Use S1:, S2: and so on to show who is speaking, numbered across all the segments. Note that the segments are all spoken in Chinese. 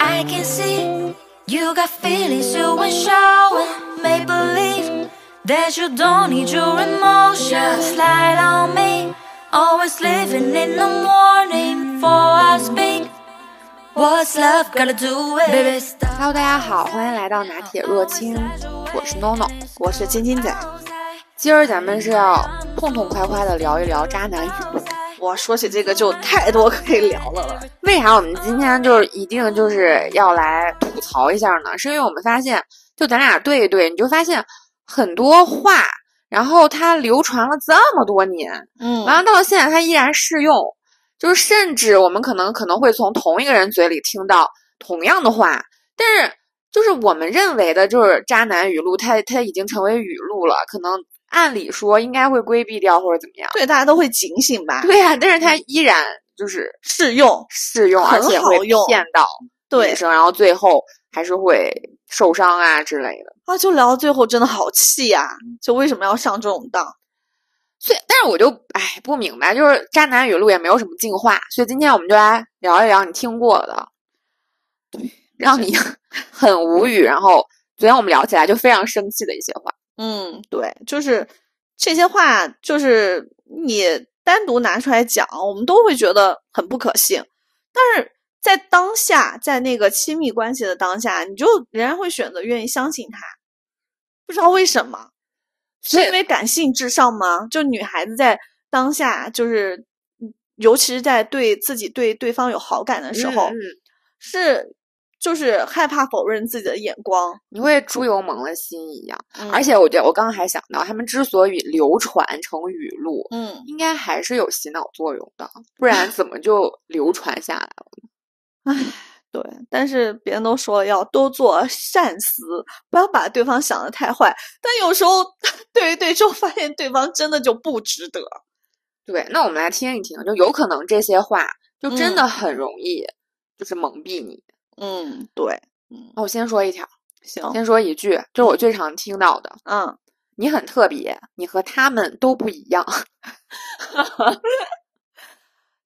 S1: I can see you got feelings you want shower. Make believe that you don't need your emotions. Slide on me. Always living in the morning before I speak. What's love gotta do with it?
S2: Hello，大家好，欢迎来到拿铁若清，我是 NONO，我是金金姐。今儿咱们是要痛痛快快的聊一聊渣男语录。我说起这个就太多可以聊的了。为啥我们今天就是一定就是要来吐槽一下呢？是因为我们发现，就咱俩对一对，你就发现很多话，然后它流传了这么多年，
S3: 嗯
S2: 完了到现在它依然适用，就是甚至我们可能可能会从同一个人嘴里听到同样的话，但是就是我们认为的就是渣男语录，它它已经成为语录了，可能按理说应该会规避掉或者怎么样。
S3: 对，大家都会警醒吧？
S2: 对呀、但是它依然就是
S3: 适用，
S2: 适用，而
S3: 很
S2: 且会
S3: 好用
S2: 骗到
S3: 对
S2: 女生，然后最后还是会受伤啊之类的。
S3: 啊，就聊到最后真的好气呀、就为什么要上这种当？
S2: 所以，但是我就哎不明白，就是渣男语录也没有什么进化，所以今天我们就来聊一聊你听过的，对，让你 很无语，然后昨天我们聊起来就非常生气的一些话。
S3: 嗯，对，就是这些话，就是你单独拿出来讲，我们都会觉得很不可信。但是在当下，在那个亲密关系的当下，你就仍然会选择愿意相信他，不知道为什么，是
S2: 所以
S3: 因为感性至上吗？就女孩子在当下，就是尤其是在对自己对对方有好感的时候，
S2: 嗯嗯
S3: 是就是害怕否认自己的眼光，
S2: 你会猪油蒙了心一样，而
S3: 且
S2: 且我觉得我刚刚还想到，他们之所以流传成语录，
S3: 嗯。
S2: 应该还是有洗脑作用的，不然怎么就流传下来了？
S3: 对，但是别人都说要多做善思，不要把对方想的太坏。但有时候 对于对之后，发现对方真的就不值得。
S2: 对，那我们来听一听，就有可能这些话就真的
S3: 嗯
S2: 很容易就是蒙蔽你。
S3: 嗯，对，
S2: 那我先说一条，
S3: 行，
S2: 先说一句，这是我最常听到的：
S3: 嗯，
S2: 你很特别，你和他们都不一样。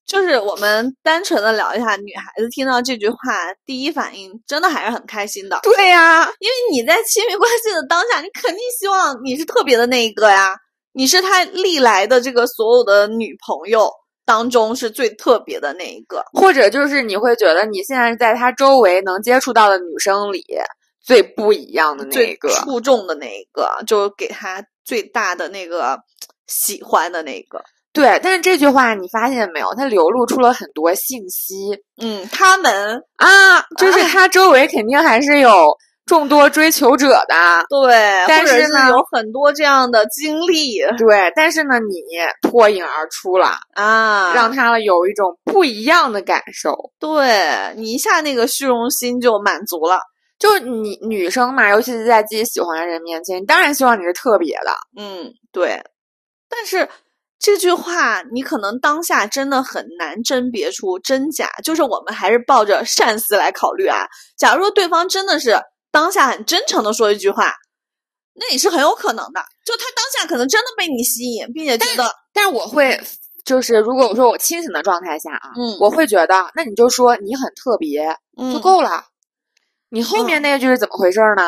S3: 就是我们单纯的聊一下，女孩子听到这句话，第一反应真的还是很开心的，
S2: 对呀、
S3: 因为你在亲密关系的当下，你肯定希望你是特别的那一个呀，你是他历来的这个所有的女朋友当中是最特别的那一个。
S2: 或者就是你会觉得你现在是在他周围能接触到的女生里最不一样的那
S3: 最
S2: 一个。
S3: 出众的那一个，就给他最大的那个喜欢的那个。
S2: 对，但是这句话你发现没有，它流露出了很多信息。
S3: 嗯，他们
S2: 啊，就是他周围肯定还是有众多追求者的，
S3: 对，
S2: 但
S3: 或者
S2: 是
S3: 是
S2: 呢
S3: 有很多这样的经历
S2: 对。但是呢，你脱颖而出了，
S3: 啊，
S2: 让他有一种不一样的感受。
S3: 对你一下那个虚荣心就满足了。
S2: 就是你女生嘛，尤其是在自己喜欢的人面前，你当然希望你是特别的。
S3: 嗯，对。但是这句话你可能当下真的很难甄别出真假，就是我们还是抱着善思来考虑啊。假如说对方真的是当下很真诚的说一句话，那也是很有可能的，就他当下可能真的被你吸引，并且觉得
S2: 但是我会，就是如果我说我清醒的状态下啊，
S3: 嗯
S2: 我会觉得，那你就说你很特别就
S3: 嗯，
S2: 够了。你后面那句是怎么回事儿呢？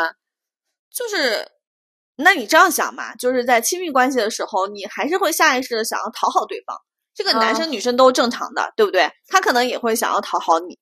S3: 就是。那你这样想嘛，就是在亲密关系的时候，你还是会下意识的想要讨好对方。这个男生女生都正常的，对不对？他可能也会想要讨好你，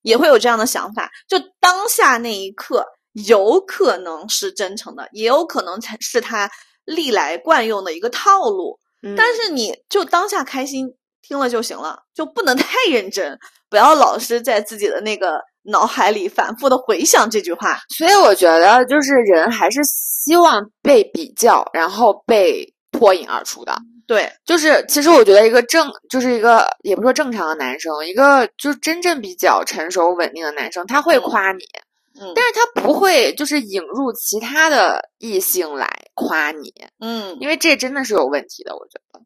S3: 也会有这样的想法。就当下那一刻，有可能是真诚的，也有可能才是他历来惯用的一个套路。
S2: 嗯
S3: 但是你就当下开心听了就行了，就不能太 认真，不要老是在自己的那个脑海里反复的回想这句话。
S2: 所以我觉得，就是人还是希望被比较，然后被脱颖而出的。
S3: 对，
S2: 就是其实我觉得一个正，就是一个也不说正常的男生，一个就是真正比较成熟稳定的男生，他会
S3: 嗯
S2: 夸你，
S3: 嗯
S2: 但是他不会就是引入其他的异性来夸你，
S3: 嗯，
S2: 因为这真的是有问题的。我觉得，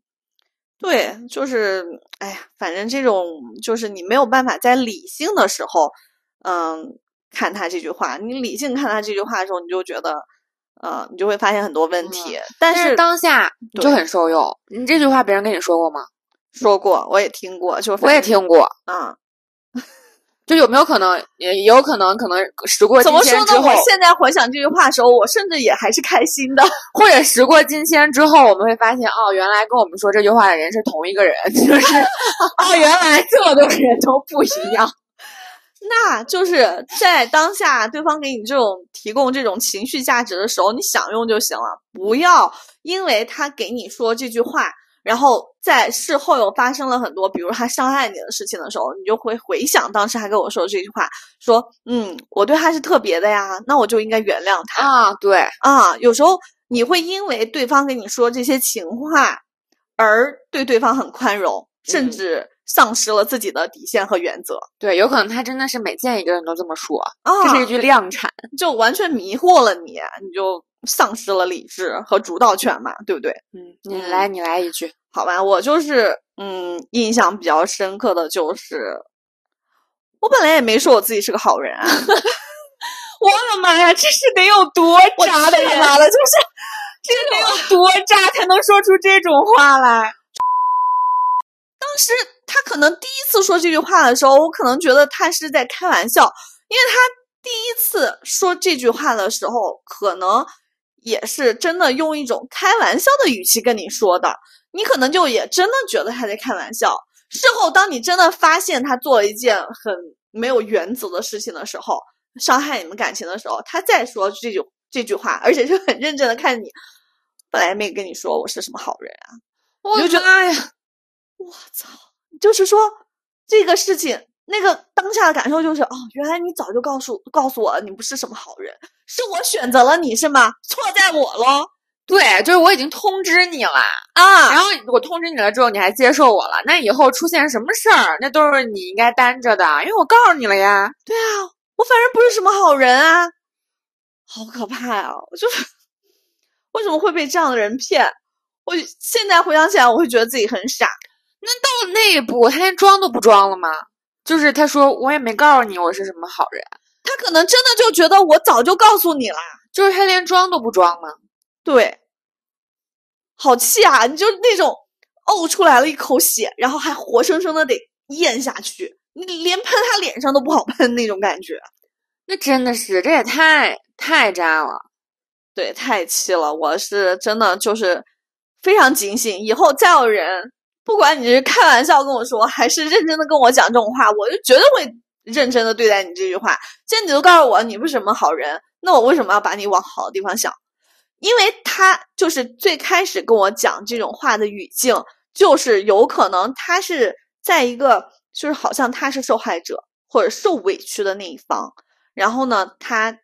S3: 对，就是，哎呀，反正这种就是你没有办法在理性的时候，嗯，看他这句话。你理性看他这句话的时候，你就觉得，呃，你就会发现很多问题。但
S2: 嗯但
S3: 是
S2: 当下你就
S3: 对
S2: 很受用。你这句话别人跟你说过吗？
S3: 说过，我也听过，就是
S2: 我也
S3: 反正，
S2: 听过，
S3: 嗯，
S2: 就有没有可能，也也有可能，可能时过
S3: 怎
S2: 今
S3: 么说
S2: 天
S3: 呢
S2: 之？后
S3: 我，现在回想这句话的时候，我甚至也还是开心的。
S2: 或者时过境迁之后，我们会发现，哦，原来跟我们说这句话的人是同一个人， 就是，哦，原来这 么多个人都不一样。
S3: 那就是在当下对方给你这种提供这种情绪价值的时候，你享用就行了，不要因为他给你说这句话，然后在事后又发生了很多，比如他伤害你的事情的时候，你就会回想当时他跟我说的这句话，说嗯，我对他是特别的呀，那我就应该原谅 他。
S2: 啊，对，
S3: 啊，有时候你会因为对方跟你说这些情话，而对对方很宽容，甚
S2: 嗯
S3: 至丧失了自己的底线和原则。
S2: 对，有可能他真的是每见一个人都这么说，
S3: 啊，
S2: 这是一句量产。
S3: 就完全迷惑了你，你就丧失了理智和主导权嘛，对不对？
S2: 嗯，你来，你来一句。
S3: 好吧，我就是嗯，印象比较深刻的就是，我本来也没说我自己是个好人啊，
S2: 我的妈呀，这是得有多
S3: 我
S2: 渣 的
S3: 去
S2: 人，
S3: 妈的，就是
S2: 这得有 多渣才能说出这种话来？
S3: 当时他可能第一次说这句话的时候，我可能觉得他是在开玩笑，因为他第一次说这句话的时候，可能也是真的用一种开玩笑的语气跟你说的，你可能就也真的觉得他在开玩笑。事后，当你真的发现他做了一件很没有原则的事情的时候，伤害你们感情的时候，他再说这句这句话，而且是很认真的看你，本来没跟你说我是什么好人。
S2: 我
S3: 就觉
S2: 得，哎呀，
S3: 我操！就是说这个事情，那个当下的感受就是，哦，原来你早就告诉告诉我了，你不是什么好人，是我选择了你是吗？错在我喽
S2: 对，就是我已经通知你了。然
S3: 啊！
S2: 后我通知你了之后，你还接受我了，那以后出现什么事儿，那都是你应该担着的，因为我告诉你了呀。
S3: 对啊，我反正不是什么好人啊，好可怕啊！我就是为什么会被这样的人骗？我现在回想起来，我会觉得自己很傻。
S2: 到那一步，他连装都不装了吗？就是他说我也没告诉你我是什么好人，
S3: 他可能真的就觉得我早就告诉你啦，
S2: 就是他连装都不装吗？
S3: 对，好气啊！你就是那种呕出来了一口血，然后还活生生的得咽下去，你连喷他脸上都不好喷那种感觉。
S2: 那真的是，这也太太渣了。
S3: 对，太气了！我是真的就是非常警醒，以后再有人，不管你是开玩笑跟我说，还是认真的跟我讲这种话，我就绝对会认真的对待你这句话。既然你都告诉我你不是什么好人，那我为什么要把你往好的地方想？因为他就是最开始跟我讲这种话的语境，就是有可能他是在一个就是好像他是受害者或者受委屈的那一方，然后呢，他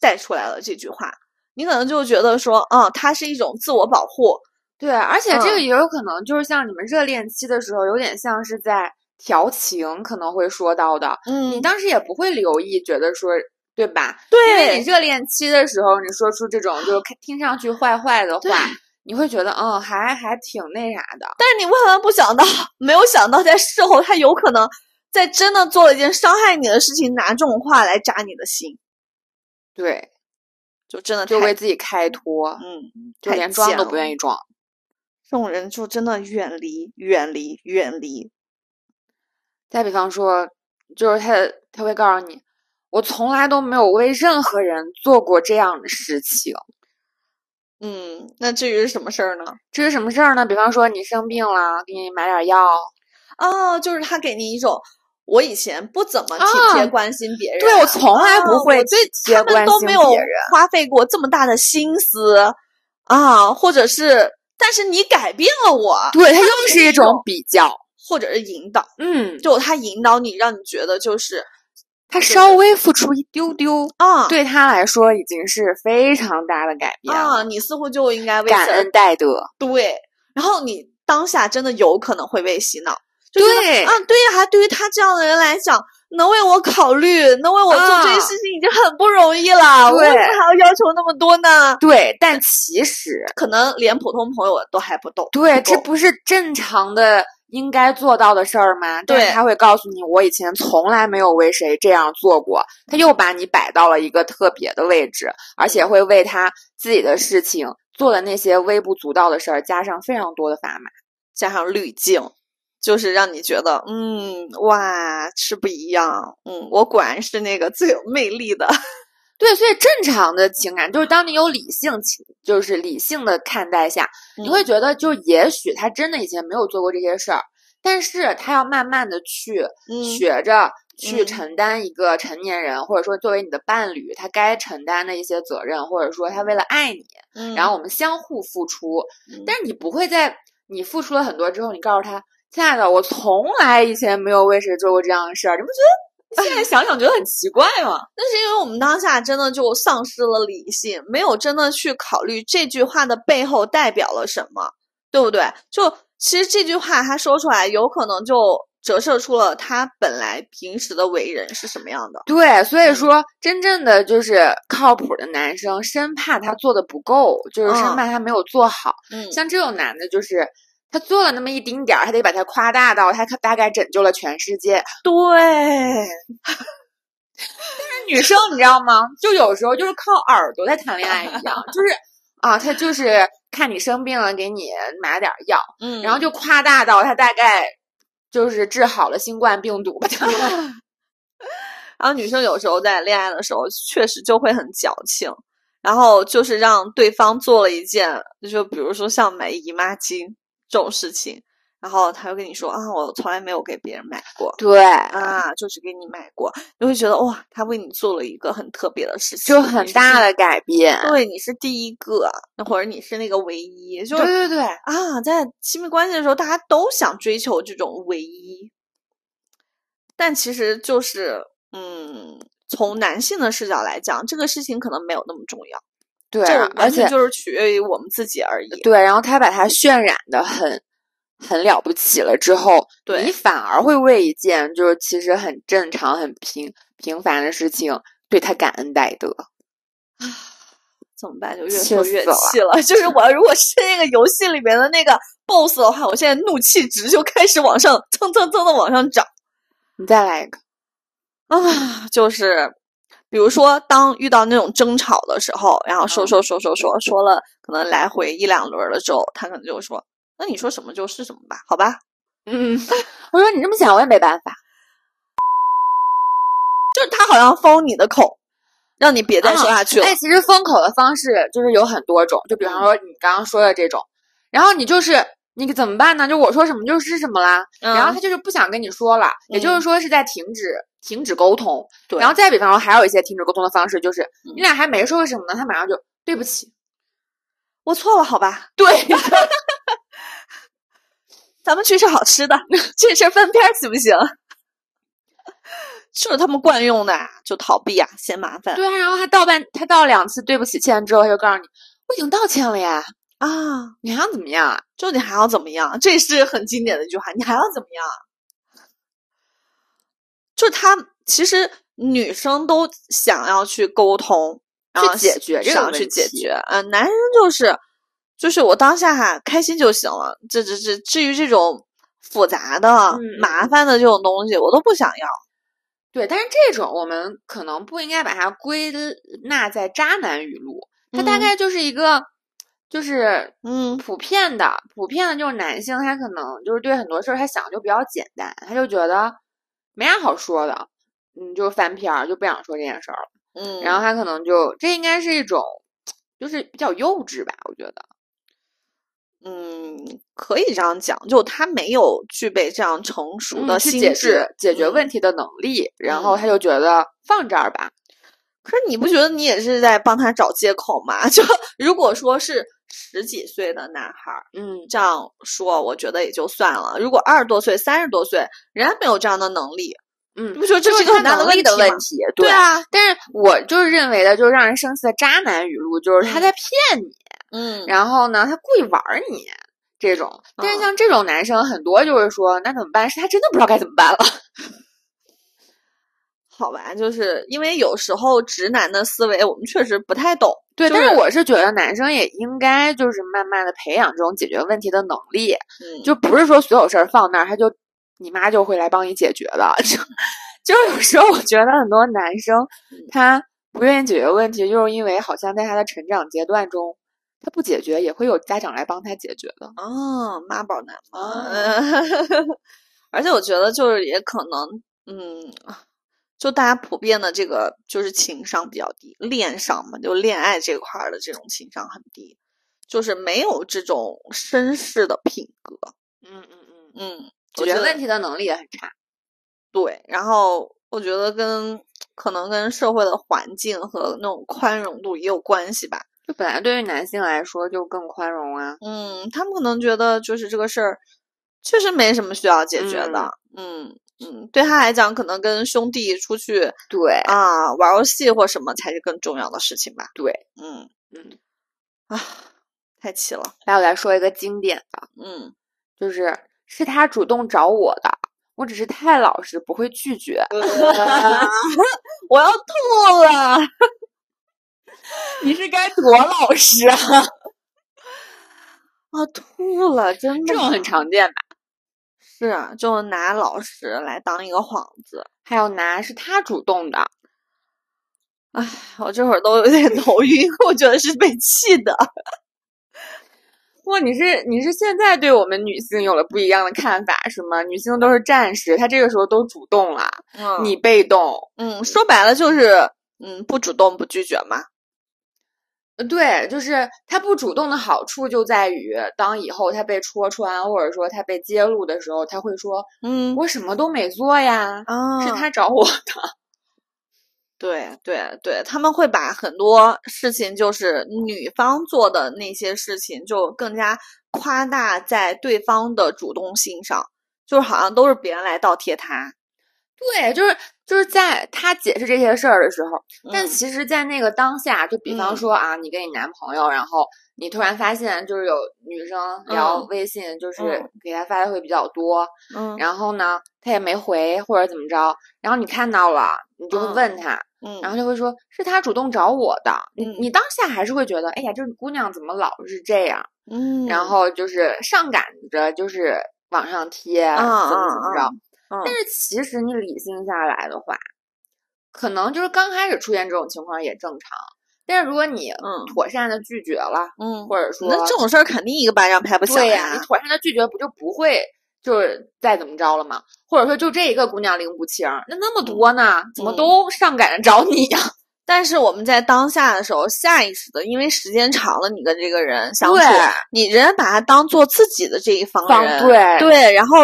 S3: 带出来了这句话，你可能就觉得说，啊，它是一种自我保护，
S2: 对，而且这个
S3: 嗯
S2: 也有可能就是像你们热恋期的时候，有点像是在调情，可能会说到的。你
S3: 嗯，
S2: 当时也不会留意，觉得说对吧？因为你
S3: 对，
S2: 热恋期的时候，你说出这种就是听上去坏坏的话，你会觉得嗯，还还挺那啥的。
S3: 但是你万万不想到，没有想到在事后，他有可能在真的做了一件伤害你的事情，拿这种话来扎你的心，
S2: 对，
S3: 就真的
S2: 就
S3: 太
S2: 为自己开脱，
S3: 嗯，
S2: 就
S3: 太
S2: 连装
S3: 贱
S2: 都不
S3: 了
S2: 愿意装。
S3: 这种人就真的远离，远离，远离。
S2: 再比方说，就是他他会告诉你，我从来都没有为任何人做过这样的事情。
S3: 嗯，那至于是什么事儿呢？
S2: 这是什么事儿呢？比方说你生病了，给你买点药，
S3: 哦，就是他给你一种我以前不怎么体贴
S2: 啊
S3: 关心别人，
S2: 对哦我从来不
S3: 啊
S2: 会
S3: 我对
S2: 体贴
S3: 他们
S2: 关
S3: 都
S2: 心
S3: 没有
S2: 别人
S3: 花费过这么大的心思啊，或者是，但是你改变了我，
S2: 对他又
S3: 们
S2: 是一
S3: 这
S2: 种
S3: 种
S2: 比较。
S3: 或者是引导，
S2: 嗯，
S3: 就他引导你，让你觉得就是
S2: 他稍微付出一丢丢，
S3: 啊，
S2: 对他来说已经是非常大的改变了。
S3: 啊，你似乎就应该为
S2: 感
S3: 此而
S2: 恩戴德，
S3: 对，然后你当下真的有可能会被洗脑，就觉得
S2: 对
S3: 啊，对呀、对于他这样的人来讲，能为我考虑，能为我做这
S2: 啊
S3: 些事情已经很不容易了，我为什
S2: 对
S3: 么还要要求那么多呢？
S2: 对，但其实
S3: 可能连普通朋友都还不懂，
S2: 对，这
S3: 够
S2: 不是正常的应该做到的事儿吗？但是
S3: 对
S2: 他会告诉你，我以前从来没有为谁这样做过。他又把你摆到了一个特别的位置，而且会为他自己的事情做的那些微不足道的事儿加上非常多的砝码。
S3: 加上滤镜，就是让你觉得，嗯，哇，是不一样，嗯，我果然是那个最有魅力的，
S2: 对，所以正常的情感就是当你有理性情，就是理性的看待下， 你
S3: 嗯
S2: 会觉得就是也许他真的以前没有做过这些事儿，但是他要慢慢的去
S3: 嗯
S2: 学着去
S3: 嗯
S2: 承担一个成年人，或者说作为你的伴侣，他该承担的一些责任，或者说他为了爱你，
S3: 嗯
S2: 然后我们相互付出，
S3: 嗯
S2: 但是你不会在你付出了很多之后，你告诉他，亲爱的，我从来以前没有为谁做过这样的事儿，你不觉得现在想想觉得很奇怪吗？
S3: 那是因为我们当下真的就丧失了理性，没有真的去考虑这句话的背后代表了什么，对不对？就其实这句话他说出来，有可能就折射出了他本来平时的为人是什么样的。
S2: 对，所以说真正的就是靠谱的男生，生怕他做的不够，就是生
S3: 嗯
S2: 怕他没有做好。
S3: 嗯
S2: 像这种男的，就是他做了那么一丁点儿，他得把它夸大到他大概拯救了全世界。
S3: 对，
S2: 女生你知道吗？就有时候就是靠耳朵在谈恋爱一样，就是啊，他就是看你生病了，给你买点儿药，
S3: 嗯
S2: 然后就夸大到他大概就是治好了新冠病毒吧。
S3: 然后女生有时候在恋爱的时候，确实就会很矫情，然后就是让对方做了一件，就比如说像买姨妈巾这种事情，然后他就跟你说啊，我从来没有给别人买过
S2: 对，
S3: 啊，就只给你买过，你会觉得哇，他为你做了一个很特别的事情，
S2: 就很
S3: 你是
S2: 大
S3: 第
S2: 的改变。
S3: 对，你是第一个，或者你是那个唯一，就
S2: 对对对，
S3: 啊，在亲密关系的时候，大家都想追求这种唯一，但其实就是，嗯，从男性的视角来讲，这个事情可能没有那么重要，
S2: 对
S3: 这
S2: 啊，而
S3: 完全
S2: 且
S3: 就是取决于我们自己而已。
S2: 对，然后他把它渲染的很很了不起了之后，
S3: 对
S2: 你反而会为一件就是其实很正常、很平平凡的事情对他感恩戴德。
S3: 怎么办？就越
S2: 气
S3: 说
S2: 死
S3: 越
S2: 了
S3: 气了。 就是我如果是那个游戏里面的那个 BOSS 的话，我现在怒气值就开始往上蹭蹭蹭的往上涨。
S2: 你再来一个，
S3: 啊，就是比如说，当遇到那种争吵的时候，然后说
S2: 嗯
S3: 说说说说说了，可能来回一两轮儿了之后，他可能就会说：“那你说什么就是什么吧，好吧。
S2: 嗯， 我说你这么想我也没办法，”
S3: 就是他好像封你的口，让你别再说
S2: 啊
S3: 下去了。嗯
S2: 哎，其实封口的方式就是有很多种，就比方说你刚刚说的这种，然后你就是你怎么办呢？就我说什么就是什么啦，然后他
S3: 嗯
S2: 就是不想跟你说了，也就
S3: 嗯
S2: 是说是在停止停止沟通。
S3: 对
S2: 然后再比方说，还有一些停止沟通的方式，就是
S3: 嗯
S2: 你俩还没说什么呢，他马上就对不起。
S3: 我错了，好吧，
S2: 对
S3: 咱们去吃好吃的，去吃分片儿行不行？ 就是他们惯用的啊，就逃避啊，嫌麻烦
S2: 对啊，然后他道半他道两次对不起歉之后，他就告诉你我已经道歉了呀，
S3: 啊。
S2: 你还想怎么样啊？
S3: 就你还要怎么样？这是很经典的一句话，你还要怎么样？啊就是他其实女生都想要去沟通，然后
S2: 去解决这个
S3: 想要
S2: 问
S3: 去解
S2: 题
S3: 决。嗯、男人就是就是我当下哈开心就行了，这这这至于这种复杂的、
S2: 嗯
S3: 麻烦的这种东西，我都不想要。
S2: 对，但是这种我们可能不应该把它归纳在渣男语录，它大
S3: 嗯
S2: 概就是一个、就是
S3: 嗯
S2: 普遍的，普遍的就是男性，他可能就是对很多事儿他想的就比较简单，他就觉得没啥好说的，嗯，就翻篇儿，就不想说这件事儿了。
S3: 嗯，
S2: 然后他可能就这应该是一种，就是比较幼稚吧，我觉得。
S3: 嗯，可以这样讲，就他没有具备这样成熟
S2: 嗯
S3: 的
S2: 去
S3: 心
S2: 解
S3: 智
S2: 决解决
S3: 嗯
S2: 问题的能力，然后他就觉得放这儿吧，
S3: 可是你不觉得你也是在帮他找借口吗？ 就如果说是十几岁的男孩儿
S2: 嗯，
S3: 这样说，我觉得也就算了。如果二十多岁、三十多岁，人家没有这样的能力，
S2: 嗯
S3: 你不觉得这是一个
S2: 他
S3: 很大
S2: 能
S3: 问
S2: 力
S3: 题
S2: 的
S3: 吗
S2: 问？题，对
S3: 对啊，
S2: 但是我就是认为的，就是让人生气的渣男语录，就是他
S3: 嗯
S2: 在骗你，
S3: 嗯，
S2: 然后呢，他故意玩儿你这种。但是
S3: 嗯
S2: 像这种男生，很多就是说，那怎么办？是他真的不知道该怎么办了。
S3: 好吧，就是因为有时候直男的思维我们确实不太懂。
S2: 对，
S3: 就
S2: 但
S3: 是
S2: 是我是觉得男生也应该就是慢慢的培养这种解决问题的能力，
S3: 嗯，
S2: 就不是说所有事儿放那儿，他就你妈就会来帮你解决的。 就就有时候我觉得很多嗯男生他不愿意解决问题，就是因为好像在他的成长阶段中，他不解决，也会有家长来帮他解决的。
S3: 哦，妈宝男嘛
S2: 啊。
S3: 而且我觉得就是也可能，嗯，就大家普遍的这个就是情商比较低，恋上嘛，就恋爱这块儿的这种情商很低，就是没有这种绅士的品格。
S2: 嗯嗯嗯，
S3: 嗯，
S2: 解
S3: 觉
S2: 决
S3: 得
S2: 问题的能力也很差。
S3: 对，然后我觉得跟可能跟社会的环境和那种宽容度也有关系吧。
S2: 就本来对于男性来说就更宽容啊，
S3: 嗯，他们可能觉得就是这个事儿确实没什么需要解决的。嗯嗯对他来讲，可能跟兄弟出去
S2: 对
S3: 啊玩游戏或什么才是更重要的事情吧。
S2: 对。
S3: 嗯
S2: 嗯，
S3: 啊，太气了。
S2: 来，我来说一个经典的，
S3: 嗯，
S2: 就是是他主动找我的，我只是太老实，不会拒绝。
S3: 我要吐了。
S2: 你是该多老实啊！
S3: 啊，吐了，真 的
S2: 这种很常见吧？
S3: 是啊，就拿老实来当一个幌子。
S2: 还有拿是他主动的，
S3: 我这会儿都有点 头晕，我觉得是被气的。
S2: 哇，你是你是现在对我们女性有了不一样的看法是吗？女性都是战士，她这个时候都主动了，
S3: 嗯
S2: 你被动。
S3: 嗯，说白了就是嗯，不主动不拒绝嘛。
S2: 呃对，就是她不主动的好处就在于，当以后她被戳穿或者说她被揭露的时候，她会说
S3: 嗯
S2: 我哦什么都没做呀，
S3: 啊，
S2: 是他 找我。
S3: 对对对，他们会把很多事情，就是女方做的那些事情，就更加夸大在对方的主动性上，就是好像都是别人来倒贴他。
S2: 对，就是就是在她解释这些事儿的时候，但
S3: 嗯
S2: 其实，在那个当下，就比方
S3: 嗯
S2: 说啊，你跟你男朋友，然后你突然发现，就是有女生聊微信，就是
S3: 嗯
S2: 给他发的会比较多，
S3: 嗯
S2: 然后呢，他也没回或者怎么着，然后你看到了，你就会
S3: 嗯
S2: 问他，
S3: 嗯，
S2: 然后就会说是他主动找我的，你
S3: 嗯
S2: 你当下还是会觉得，哎呀，这姑娘怎么老是这样？
S3: 嗯，
S2: 然后就是上赶着就是往上贴，怎么怎么着。
S3: 嗯
S2: 但是其实你理性下来的话，可能就是刚开始出现这种情况也正常。但是如果你
S3: 嗯
S2: 妥善的拒绝了，
S3: 嗯，
S2: 或者说
S3: 那这种事儿肯定一个巴掌拍不响
S2: 对呀、你妥善的拒绝不就不会就是再怎么着了吗？或者说就这一个姑娘拎不清儿，那那么多呢，怎么
S3: 嗯
S2: 都上赶着找你呀、
S3: 但是我们在当下的时候，下意识的，因为时间长了，你跟这个人相处
S2: 对，
S3: 你仍然把他当做自己的这一方
S2: 方
S3: 人，
S2: 对
S3: 对，然后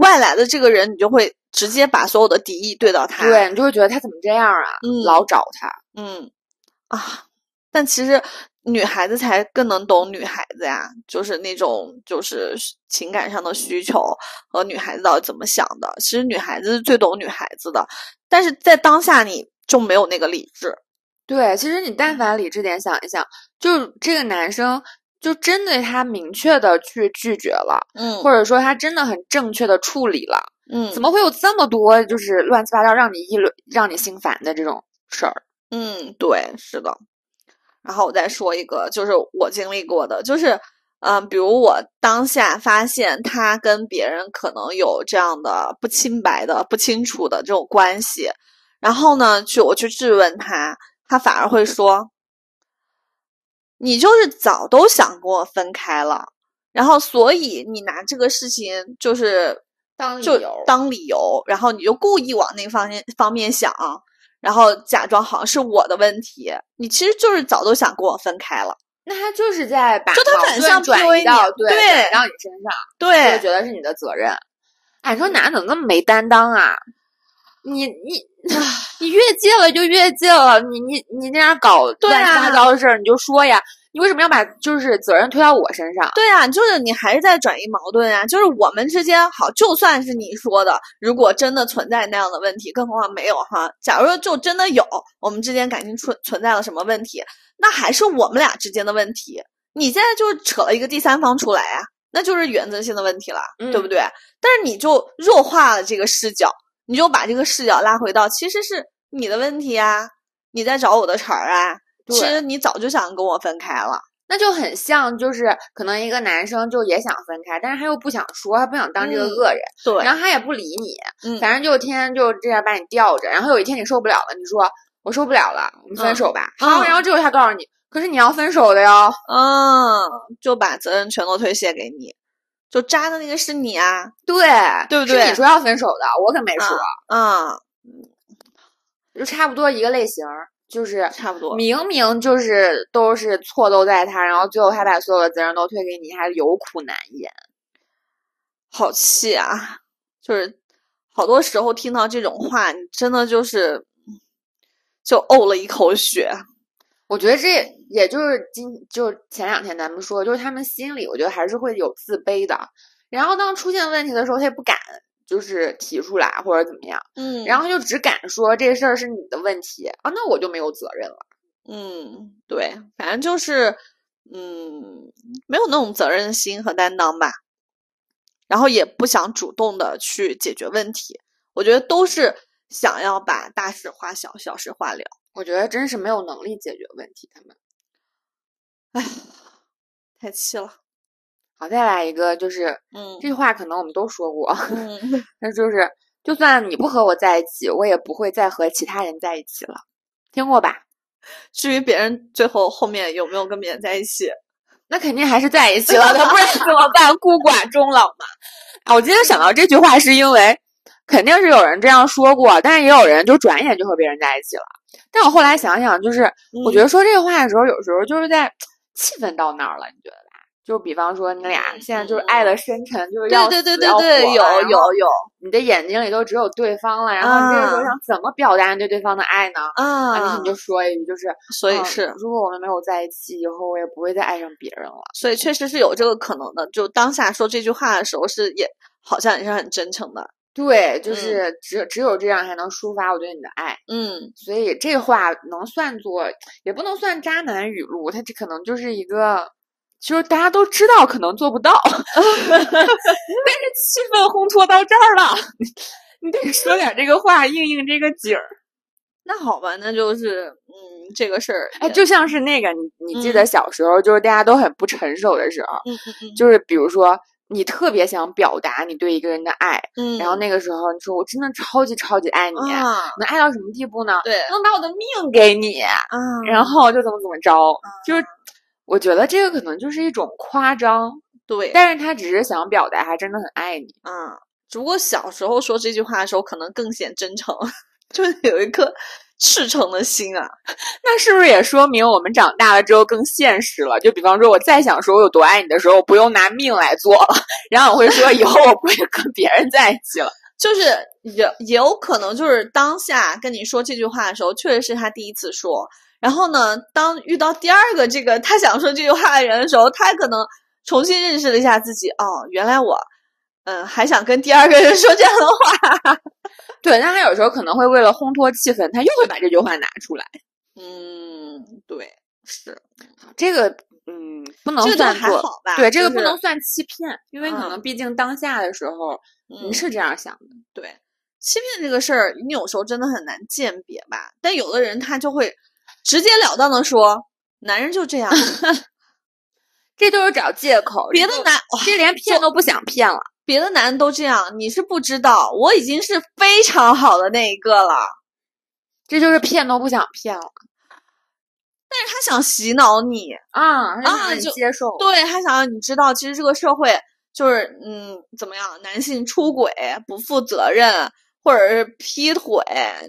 S3: 外来的这个人，你就会直接把所有的敌意对到他，
S2: 对，你就会觉得他怎么这样啊？
S3: 嗯
S2: 老找他，
S3: 嗯啊，但其实女孩子才更能懂女孩子呀，就是那种就是情感上的需求和女孩子到底怎么想的，其实女孩子是最懂女孩子的，但是在当下你就没有那个理智，
S2: 对，其实你但凡理智点想一想，就是这个男生就真的他明确的去拒绝了，
S3: 嗯
S2: 或者说他真的很正确的处理了，
S3: 嗯
S2: 怎么会有这么多就是乱七八糟让你议论、让你心烦的这种事儿？
S3: 嗯，对，是的。然后我再说一个，就是我经历过的，就是，嗯、比如我当下发现他跟别人可能有这样的不清白的、不清楚的这种关系，然后呢，去我去质问他，他反而会说：“你就是早都想跟我分开了，然后所以你拿这个事情就是
S2: 当
S3: 就当理由，然后你就故意往那方面方面想，然后假装好像是我的问题，你其实就是早都想跟我分开了。
S2: 那他就是在把
S3: 就他
S2: 矛
S3: 反
S2: 盾
S3: 向
S2: 转
S3: PUA
S2: 移
S3: 你
S2: 到对
S3: 对
S2: 转移到你身上，就
S3: 对，
S2: 觉得是你的责任。哎，你说男的怎么那么没担当啊？你你你越界了就越界了，你你你那样搞
S3: 对
S2: 乱七八
S3: 啊
S2: 糟的事儿，你就说呀，你为什么要把就是责任推到我身上？
S3: 对啊，就是你还是在转移矛盾啊。就是我们之间好，就算是你说的，如果真的存在那样的问题，更何况没有哈。假如说就真的有，我们之间感情存存在了什么问题，那还是我们俩之间的问题。你现在就是扯了一个第三方出来啊，那就是原则性的问题了，对不
S2: 嗯
S3: 对？但是你就弱化了这个视角，你就把这个视角拉回到其实是你的问题啊，你在找我的茬儿啊。其
S2: 对
S3: 实你早就想跟我分开了，
S2: 那就很像，就是可能一个男生就也想分开，但是他又不想说，他不想当这个
S3: 嗯
S2: 恶人，
S3: 对
S2: 然后他也不理你，
S3: 嗯
S2: 反正就天天就这样把你吊着。然后有一天你受不了了，你说我受不了了，我们分
S3: 嗯
S2: 手吧。
S3: 嗯
S2: 好，然后这时候他告诉你，可是你要分手的呀，
S3: 嗯，就把责任全都推卸给你，就渣的那个是你啊，
S2: 对
S3: 对不
S2: 是
S3: 对
S2: 你说要分手的，我可没说，
S3: 嗯，
S2: 就差不多一个类型儿，就是
S3: 差不多，
S2: 明明就是都是错都在他，然后最后还把所有的责任都推给你，还有苦难言。
S3: 好气啊！就是好多时候听到这种话，你真的就是就呕了一口血，
S2: 我觉得这也也就是今就是前两天咱们说，就是他们心里我觉得还是会有自卑的，然后当出现问题的时候，他也不敢就是提出来或者怎么样，
S3: 嗯然
S2: 然
S3: 后
S2: 后就只敢说这事儿是你的问题啊，那我就没有责任了。
S3: 嗯，对，反正就是嗯，没有那种责任心和担当吧，然后也不想主动的去解决问题，我觉得都是想要把大事化小，小事化了。
S2: 我觉得真是没有能力解决问题，他们。
S3: 太气了，
S2: 好，再来一个，就是
S3: 嗯
S2: 这句话可能我们都说过，
S3: 嗯，
S2: 那就是就算你不和我在一起，我也不会再和其他人在一起了，听过吧？
S3: 至于别人最后后面有没有跟别人在一起，
S2: 那肯定还是在一起 了的，不然怎么办？孤寡终老嘛。啊，我今天想到这句话是因为，肯定是有人这样说过，但是也有人就转眼就和别人在一起了。但我后来想想，就是我觉
S3: 嗯
S2: 得说这个话的时候，有时候就是在气氛到那儿了，你觉得吧？就比方说你俩
S3: 嗯
S2: 现在就是爱的深沉，就是要
S3: 对对
S2: 死
S3: 对
S2: 要
S3: 对对，
S2: 活
S3: 有
S2: 了然
S3: 有
S2: 后
S3: 有，
S2: 你的眼睛里都只有对方了，然后你这个时候
S3: 啊
S2: 想怎么表达你对对方的爱呢？啊，
S3: 啊
S2: 你就说一句，就是
S3: 所以
S2: 嗯
S3: 是，
S2: 如果我们没有在一起，以后我也不会再爱上别人了。
S3: 所以确实是有这个可能的。就当下说这句话的时候，是也好像也是很真诚的。
S2: 对，就
S3: 嗯
S2: 是只只有这样才能抒发我对你的爱，
S3: 嗯，
S2: 所以这话能算作，也不能算渣男语录，它这可能就是一个，就是大家都知道可能做不到， 但是气氛烘托到这儿了， 你得说点这个话应应这个景儿。
S3: 那好吧，那就是嗯，这个事儿也，
S2: 哎，就像是那个你，你记得
S3: 嗯
S2: 小时候就是大家都很不成熟的时候，
S3: 嗯嗯
S2: 就是比如说你特别想表达你对一个人的爱，
S3: 嗯，
S2: 然后那个时候你说我真的超级超级爱你，
S3: 啊，
S2: 能爱到什么地步呢？
S3: 对
S2: 能把我的命给你，
S3: 啊，
S2: 然后就怎么怎么着，
S3: 嗯
S2: 就是我觉得这个可能就是一种夸张，
S3: 对，
S2: 但是他只是想表达他真的很爱你。
S3: 嗯，只不过小时候说这句话的时候，可能更显真诚， 就是有一颗赤诚的心啊。
S2: 那是不是也说明我们长大了之后更现实了？就比方说，我再想说我有多爱你的时候，我不用拿命来做了，然后我会说以后我不会跟别人在一起了。
S3: 就是也也有可能就是当下跟你说这句话的时候，确实是他第一次说。然后呢，当遇到第二个这个他想说这句话的人的时候，他可能重新认识了一下自己，哦，原来我，嗯，还想跟第二个人 说这样的话。
S2: 对，但他有时候可能会为了烘托气氛，他又会把这句话拿出来。
S3: 嗯，对，是
S2: 这个，嗯，不能
S3: 这个就
S2: 算
S3: 还
S2: 做。
S3: 好吧？
S2: 对，这个
S3: 就
S2: 不
S3: 是
S2: 能算欺骗，因为可
S3: 嗯
S2: 能毕竟当下的时候你
S3: 嗯
S2: 是这样想的。
S3: 对欺骗这个事儿，你有时候真的很难鉴别吧。但有的人他就会直截了当的说，男人就 这样，
S2: 这都是找借口，
S3: 别的
S2: 这都
S3: 男
S2: 这连骗都不想骗了。
S3: 别的男的都这样，你是不知道，我已经是非常好的那一个了。
S2: 这就是骗都不想骗了
S3: 但是他想洗脑你，
S2: 啊！他就
S3: 啊
S2: 让你
S3: 就
S2: 接受，
S3: 对他想让你知道，其实这个社会就是，嗯，怎么样，男性出轨、不负责任，或者是劈腿，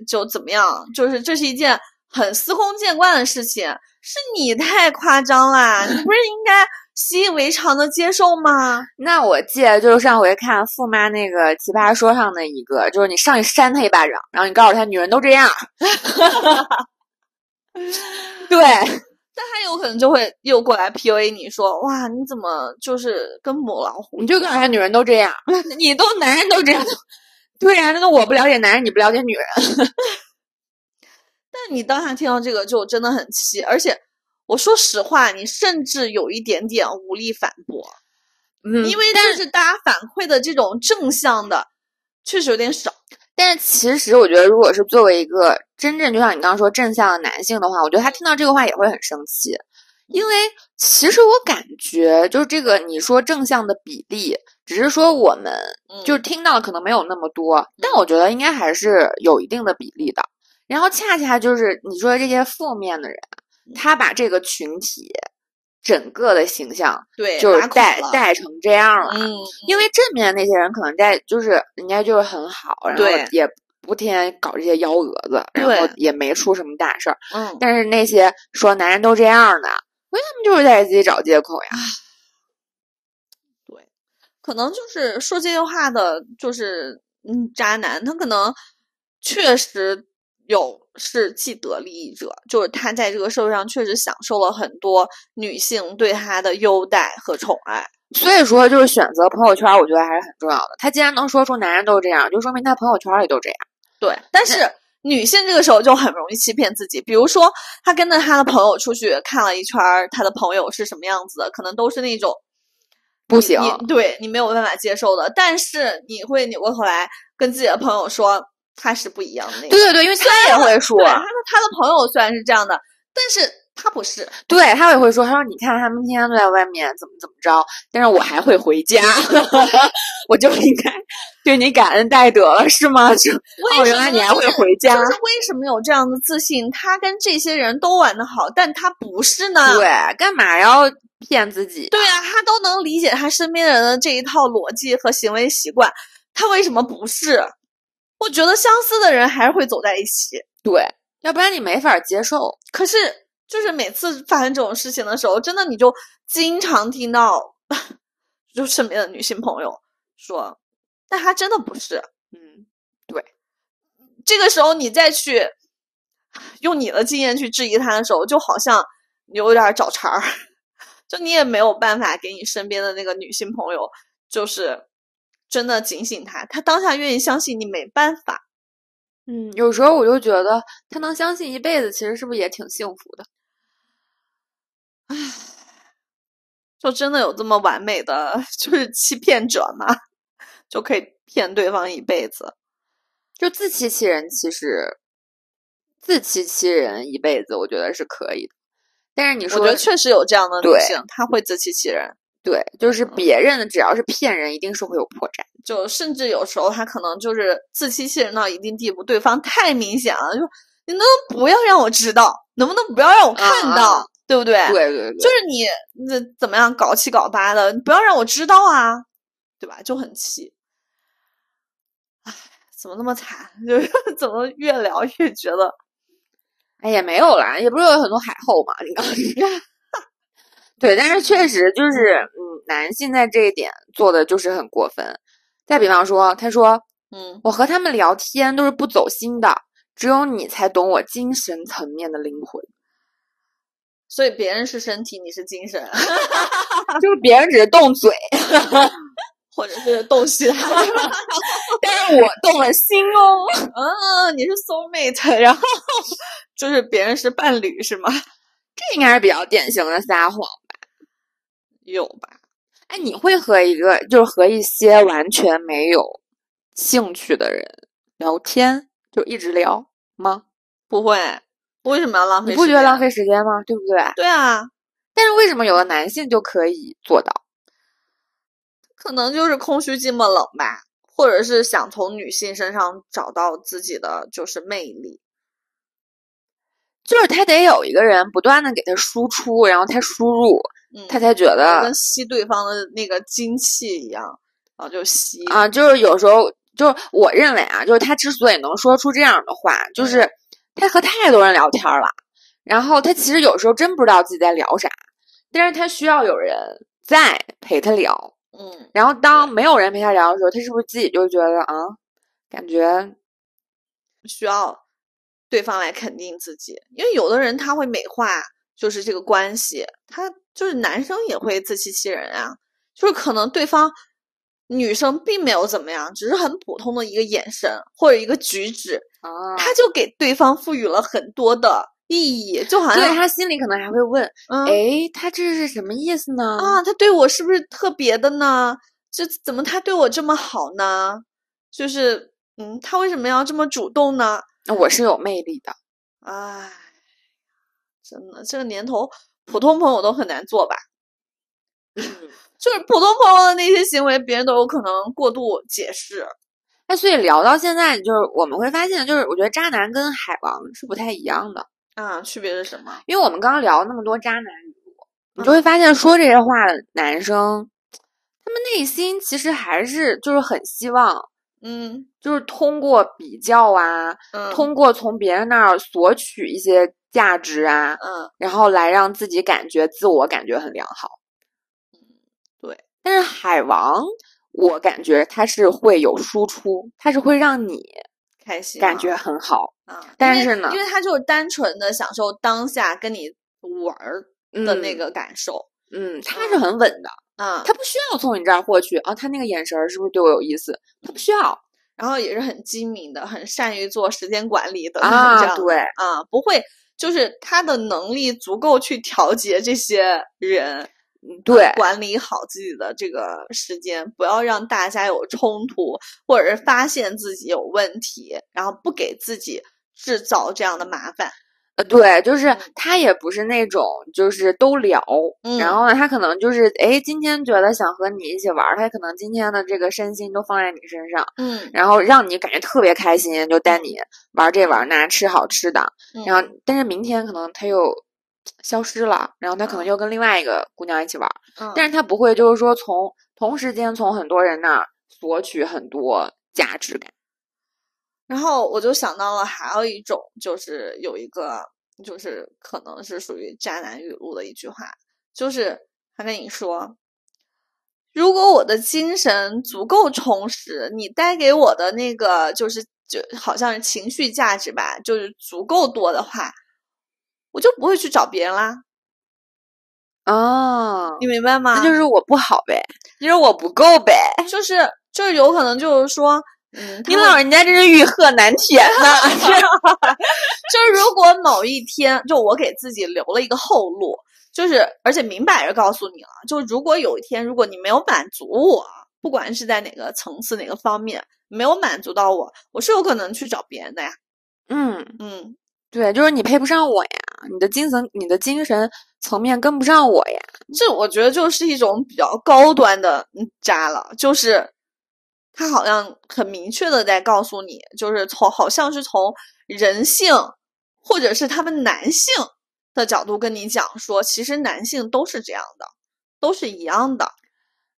S3: 就怎么样，就是这是一件很司空见惯的事情。是你太夸张啦，你不是应该习以为常的接受吗？
S2: 那我记得就是上回看富妈那个《奇葩说》上的一个，就是你上去扇他一巴掌，然后你告诉他女人都这样。 对，
S3: 但他有可能就会又过来 PUA 你说，哇，你怎么就是跟母老 虎
S2: 你就告诉他女人都这样， 你都男人都 这样。对呀、那我不了解男人，你不了解女人。
S3: 但你当下听到这个就真的很气，而且我说实话，你甚至有一点点无力反驳，
S2: 嗯
S3: 因为就是大家反馈的这种正向的，确实有点少。
S2: 但是其实我觉得，如果是作为一个真正就像你刚刚说正向的男性的话，我觉得他听到这个话也会很生气，因为其实我感觉就是这个你说正向的比例，只是说我们
S3: 嗯
S2: 就是听到的可能没有那么多，但我觉得应该还是有一定的比例的。然后恰恰就是你说这些负面的人，
S3: 嗯
S2: 他把这个群体整个的形象
S3: 对，
S2: 就是
S3: 拉垮
S2: 带
S3: 了
S2: 带成这样了。
S3: 嗯，
S2: 因为正面那些人可能在就是人家就是很好，然后
S3: 对
S2: 也不天天搞这些幺蛾子，然
S3: 对
S2: 后也没出什么大事儿。
S3: 嗯，
S2: 但是那些说男人都这样的，那他们就是在给自己找借口呀。
S3: 可能就是说这些话的，就是嗯，渣男，他可能确实有是既得利益者，就是他在这个社会上确实享受了很多女性对他的优待和宠爱。
S2: 所以说，就是选择朋友圈儿，我觉得还是很重要的。他既然能说出男人都这样，就说明他朋友圈儿里都这样。
S3: 对，但是女性这个时候就很容易欺骗自己。比如说，她跟着她的朋友出去看了一圈儿，她的朋友是什么样子的，可能都是那种
S2: 不
S3: 你
S2: 行，
S3: 你对你没有办法接受的。但是你会扭过头来跟自己的朋友说，他是不一样的那个。
S2: 对对对，因为他也会说
S3: 对，，他的他的朋友虽然是这样的，但是他不是。
S2: 对他也会说，他说你看他们天天都在外面怎么怎么着，但是我还会回家， 我就应该对你感恩戴德了，是吗？就哦，
S3: 为
S2: 原
S3: 什
S2: 来
S3: 么
S2: 你
S3: 呢
S2: 还
S3: 就
S2: 会
S3: 是
S2: 回家，
S3: 就是为什么有这样的自信？他跟这些人都玩的好，但他不是呢？
S2: 对，干嘛要骗自己？
S3: 对啊，他都能理解他身边人的这一套逻辑和行为习惯，他为什么不是？我觉得相似的人还是会走在一起，
S2: 对，要不然你没法接受。
S3: 可是就是每次发生这种事情的时候，真的你就经常听到， 就身边的女性朋友说，但他真的不是。
S2: 嗯，
S3: 这个时候你再去用你的经验去质疑他的时候，就好像你有点儿找茬儿， 就你也没有办法给你身边的那个女性朋友，就是真的警醒他，他当下愿意相信你没办法。
S2: 嗯，有时候我就觉得他能相信一辈子，其实是不是也挺幸福的？
S3: 就真的有这么完美的 就是欺骗者吗？就可以骗对方一辈子？
S2: 就自欺欺人，其实自欺欺人一辈子，我觉得是可以的。但是你
S3: 我
S2: 说，
S3: 觉得确实有这样的女
S2: 对
S3: 性，她会自欺欺人，
S2: 对，就是别人的只要是骗人，一定是会有破绽。
S3: 就甚至有时候她可能就是自欺欺人到一定地步，对方太明显了，就你能不能不要让我知道，能不能不要让我看
S2: 嗯
S3: 到，
S2: 嗯
S3: 对不对？
S2: 对对对，
S3: 就是你那怎么样搞七搞八的，你不要让我知道啊，对吧？就很气。唉，怎么那么惨？ 就是怎么越聊越觉得
S2: 哎，也没有啦，也不是有很多海后嘛，你知道吗 对，但是确实就是，嗯，男性在这一点做的就是很过分。再比方说，他说
S3: 嗯，
S2: 我和他们聊天都是不走心的，只有你才懂我精神层面的灵魂。
S3: 所以别人是身体，你是精神，
S2: 就是别人只是动嘴，
S3: 或者是动心。
S2: 但是我动了心哦。
S3: 嗯，你是 soul mate，然后就是别人是伴侣是吗？
S2: 这应该是比较典型的撒谎。
S3: 有吧？
S2: 哎，你会和一个就是和一些完全没有兴趣的人聊天，就一直聊吗？
S3: 不会，为什么要浪费？
S2: 你不觉得浪？费时间吗？对不对？
S3: 对啊，
S2: 但是为什么有的男性就可以做到？
S3: 可能就是空虚、寂寞、冷吧，或者是想从女性身上找到自己的就是魅力。
S2: 就是他得有一个人不断的给他输出，然后他输入，
S3: 嗯，
S2: 他才觉
S3: 就
S2: 得
S3: 跟吸对方的那个精气一样，然后就吸。
S2: 啊，就是有时候就是我认为啊，就是他之所以能说出这样的话，就是他和太多人聊天了，然后他其实有时候真不知道自己在聊啥，但是他需要有人在陪他聊，
S3: 嗯，
S2: 然后当没有人陪他聊的时候，他是不是自己就觉得啊，感觉
S3: 需要对方来肯定自己，因为有的人他会美化，就是这个关系，他就是男生也会自欺欺人啊，就是可能对方女生并没有怎么样，只是很普通的一个眼神或者一个举止，
S2: 啊，
S3: 他就给对方赋予了很多的意义，就好
S2: 对
S3: 像
S2: 他心里可能还会问，
S3: 嗯
S2: 哎，他这是什么意思呢？
S3: 啊，他对我是不是特别的呢？这怎么他对我这么好呢？就是嗯，他为什么要这么主动呢？
S2: 那我是有魅力的。
S3: 唉，真的，这个年头，普通朋友都很难做吧？
S2: 嗯
S3: 就是普通朋友的那些行为，别人都有可能过度解释。
S2: 哎，所以聊到现在，就是我们会发现，就是我觉得渣男跟海王是不太一样的。
S3: 啊，区别是什么？
S2: 因为我们刚刚聊那么多渣男语录，你就会发现说这些话的男生，他们内心其实还是就是很希望，
S3: 嗯
S2: 就是通过比较啊，
S3: 嗯
S2: 通过从别人那儿索取一些价值啊，
S3: 嗯
S2: 然后来让自己感觉自我感觉很良好。
S3: 对。
S2: 但是海王，我感觉他是会有输出，他是会让你
S3: 开心
S2: 感
S3: 吗
S2: 觉很好
S3: 啊，因
S2: 但
S3: 为
S2: 是呢
S3: 因为他就是单纯的享受当下跟你玩儿的那
S2: 嗯
S3: 个感受
S2: 嗯，他是很稳的，
S3: 啊，
S2: 他不需要从你这儿获取啊，他那个眼神儿是不是对我有意思？他不需要
S3: 然后也是很精明的，很善于做时间管理的嗯这
S2: 啊，
S3: 样
S2: 对，
S3: 啊，不会就是他的能力足够去调节这些人，
S2: 对
S3: 管理好自己的这个时间，不要让大家有冲突，或者是发现自己有问题，然后不给自己制造这样的麻烦。
S2: 呃，对，就是他也不是那种就是都聊，
S3: 嗯
S2: 然后呢，他可能就是哎，今天觉得想和你一起玩儿，他可能今天的这个身心都放在你身上，
S3: 嗯，
S2: 然后让你感觉特别开心，就带你玩儿这玩儿那，吃好吃的，
S3: 嗯
S2: 然后但是明天可能他又消失了，然后他可能又跟另外一个姑娘一起玩儿，
S3: 嗯，
S2: 但是他不会就是说从同时间从很多人那儿索取很多价值感。
S3: 然后我就想到了还有一种，就是有一个，就是可能是属于渣男语录的一句话，就是他跟你说：“如果我的精神足够充实，你带给我的那个就是就好像是情绪价值吧，就是足够多的话，我就不会去找别人啦。
S2: 哦，
S3: 你明白吗？哎
S2: 那就是我不好呗，就是我不够呗。
S3: 就是就是有可能就是说，嗯，
S2: 你
S3: 他会
S2: 老人家真是欲壑难填呐。
S3: 就是如果某一天，就我给自己留了一个后路，就是而且明摆着告诉你了，就如果有一天，如果你没有满足我，不管是在哪个层次、哪个方面，没有满足到我，我是有可能去找别人的呀。
S2: 嗯，
S3: 嗯，
S2: 对，就是你配不上我呀，你的精神、你的精神层面跟不上我呀。
S3: 这我觉得就是一种比较高端的嗯渣了，就是他好像很明确的在告诉你，就是从好像是从人性或者是他们男性的角度跟你讲说，其实男性都是这样的，都是一样的。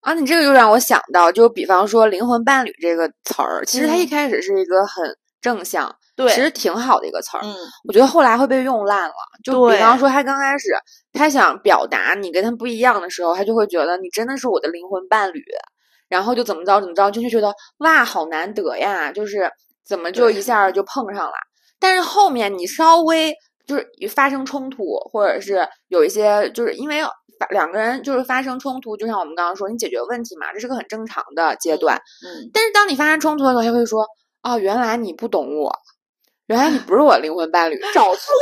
S2: 啊，你这个又让我想到，就比方说“灵魂伴侣”这个词儿，其实它一
S3: 嗯
S2: 开始是一个很正向，
S3: 对，
S2: 其实挺好的一个词儿。
S3: 嗯
S2: 我觉得后来会被用烂了。就比
S3: 对
S2: 方说，他刚开始他想表达你跟他不一样的时候，他就会觉得你真的是我的灵魂伴侣，然后就怎么着怎么着，就就觉得哇，好难得呀，就是怎么就
S3: 对
S2: 一下儿就碰上了。但是后面你稍微就是发生冲突，或者是有一些就是因为发。两个人就是发生冲突，就像我们刚刚说，你解决问题嘛，这是个很正常的阶段。
S3: 嗯，
S2: 但是当你发生冲突的时候，他会说：“哦，原来你不懂我，原来你不是我灵魂伴侣，找错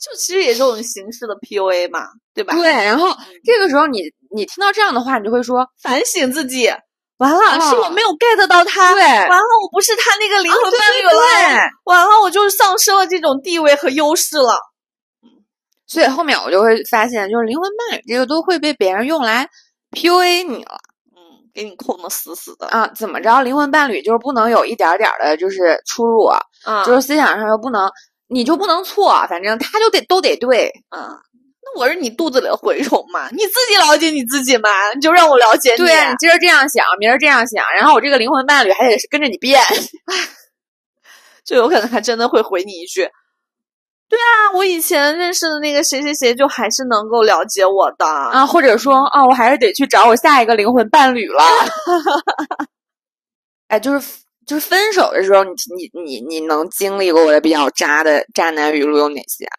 S3: 就其实也是这种形式的 PUA 嘛，对 吧？
S2: 对，然后这个时候你你听到这样的话，你就会说，
S3: 反省自己，完了、啊是我
S2: 啊
S3: 没有 get 到啊他，
S2: 对
S3: 完了我不是他那个灵魂伴
S2: 对
S3: 侣
S2: 对
S3: 了，哎
S2: 对
S3: 完了我就丧失了这种地位和优势了。
S2: 所以后面我就会发现，就是灵魂伴侣这个都会被别人用来 PUA 你了
S3: 嗯，给你控的死死的
S2: 啊！怎么着，灵魂伴侣就是不能有一点儿点儿的，就是出入啊，
S3: 啊
S2: 就是思想上又不能，你就不能错，反正他就得都得对。
S3: 啊，那我是你肚子里的蛔虫嘛，你自己了解你自己嘛，你就让我了解你。啊
S2: 对你今儿这样想，明儿这样想，然后我这个灵魂伴侣还得是跟着你变。
S3: 就有可能还真的会回你一句：“对啊，我以前认识的那个谁谁谁，就还是能够了解我的。”啊，
S2: 啊，或者说啊，我还是得去找我下一个灵魂伴侣了。 哎，就是就是分手的时候，你你你你能经历过我的比较渣的渣男语录有哪些啊？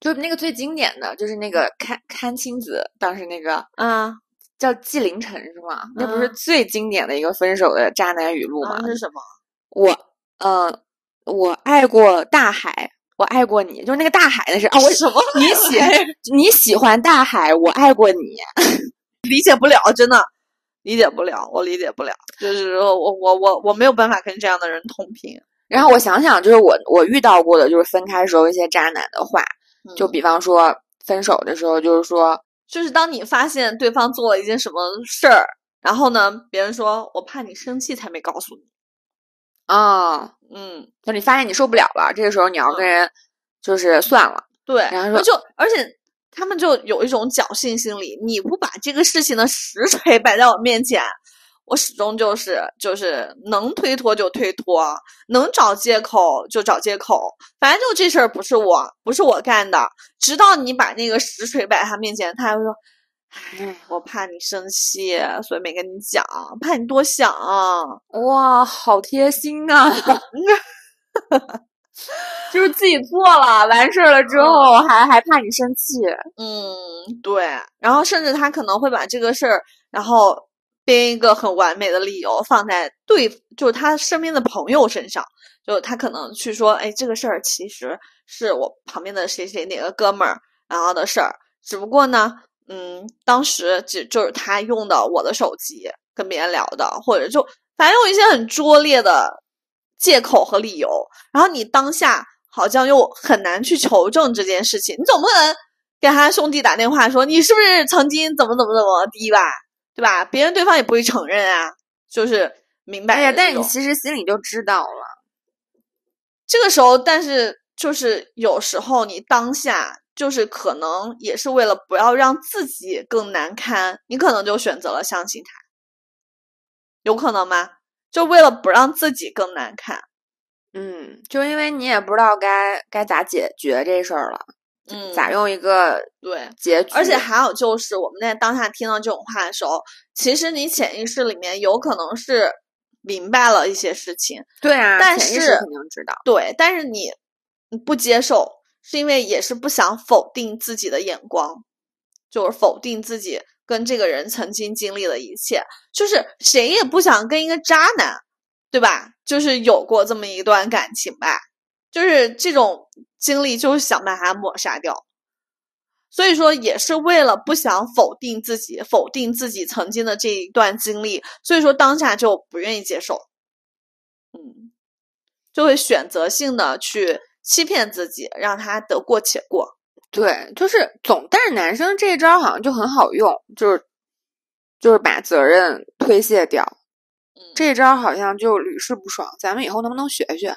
S2: 就是那个最经典的，就是那个看看青子，当时那个
S3: 嗯，
S2: 叫纪凌尘是吗？那不是
S3: 嗯
S2: 最经典的一个分手的渣男语录吗？
S3: 是什么？
S2: 我呃，我爱过大海，我爱过你，就是那个大海的事啊。我
S3: 什么？
S2: 你 喜你喜欢大海，我爱过你。
S3: 理解不了，真的理解不了，我理解不了。就是说我我我我没有办法跟这样的人同频。
S2: 然后我想想，就是我我遇到过的，就是分开时候一些渣男的话，就
S3: 嗯
S2: 比方说分手的时候，就是说，
S3: 就是当你发现对方做了一件什么事儿，然后呢，别人说我怕你生气才没告诉你。
S2: 啊，
S3: 嗯，
S2: 就你发现你受不了了，这个时候你要跟人就是算了，
S3: 对，
S2: 然后说
S3: 就而且他们就有一种侥幸心理，你不把这个事情的实锤摆在我面前，我始终就是就是能推脱就推脱，能找借口就找借口，反正就这事儿不是我不是我干的，直到你把那个实锤摆在他面前，他还会说。
S2: 嗯
S3: 哎，我怕你生气，所以没跟你讲，怕你多想。
S2: 哇，好贴心啊！ 就是自己做了，完事儿了之后还还怕你生气，
S3: 嗯，对。然后甚至他可能会把这个事儿，然后编一个很完美的理由放在对，就是他身边的朋友身上，就他可能去说，哎，这个事儿其实是我旁边的谁谁哪个哥们儿然后的事儿，只不过呢，嗯，当时只就是他用的我的手机跟别人聊的，或者就反正有一些很拙劣的借口和理由，然后你当下好像又很难去求证这件事情，你总不能给他兄弟打电话说你是不是曾经怎么怎么怎么地吧，对吧？别人对方也不会承认啊，就是明白
S2: 哎
S3: 的这种。
S2: 呀， 但是你其实心里就知道了，
S3: 这个时候，但是就是有时候你当下就是可能也是为了不要让自己更难堪，你可能就选择了相信他，有可能吗？就为了不让自己更难堪，
S2: 嗯，就因为你也不知道该该咋解决这事儿了，
S3: 嗯，
S2: 咋用一个
S3: 对？
S2: 结局，
S3: 而且还有就是，我们在当下听到这种话的时候，其实你潜意识里面有可能是明白了一些事情，
S2: 对啊，
S3: 但
S2: 潜意识
S3: 是
S2: 肯定知道，
S3: 对，但是你你不接受，是因为也是不想否定自己的眼光，就是否定自己跟这个人曾经经历的一切，就是谁也不想跟一个渣男，对吧？就是有过这么一段感情吧，就是这种经历，就是想把它抹杀掉。所以说，也是为了不想否定自己，否定自己曾经的这一段经历，所以说当下就不愿意接受，嗯，就会选择性的去欺骗自己，让他得过且过。
S2: 对，就是总，但是男生这一招好像就很好用，就是就是把责任推卸掉，这一招好像就屡试不爽，咱们以后能不能学学？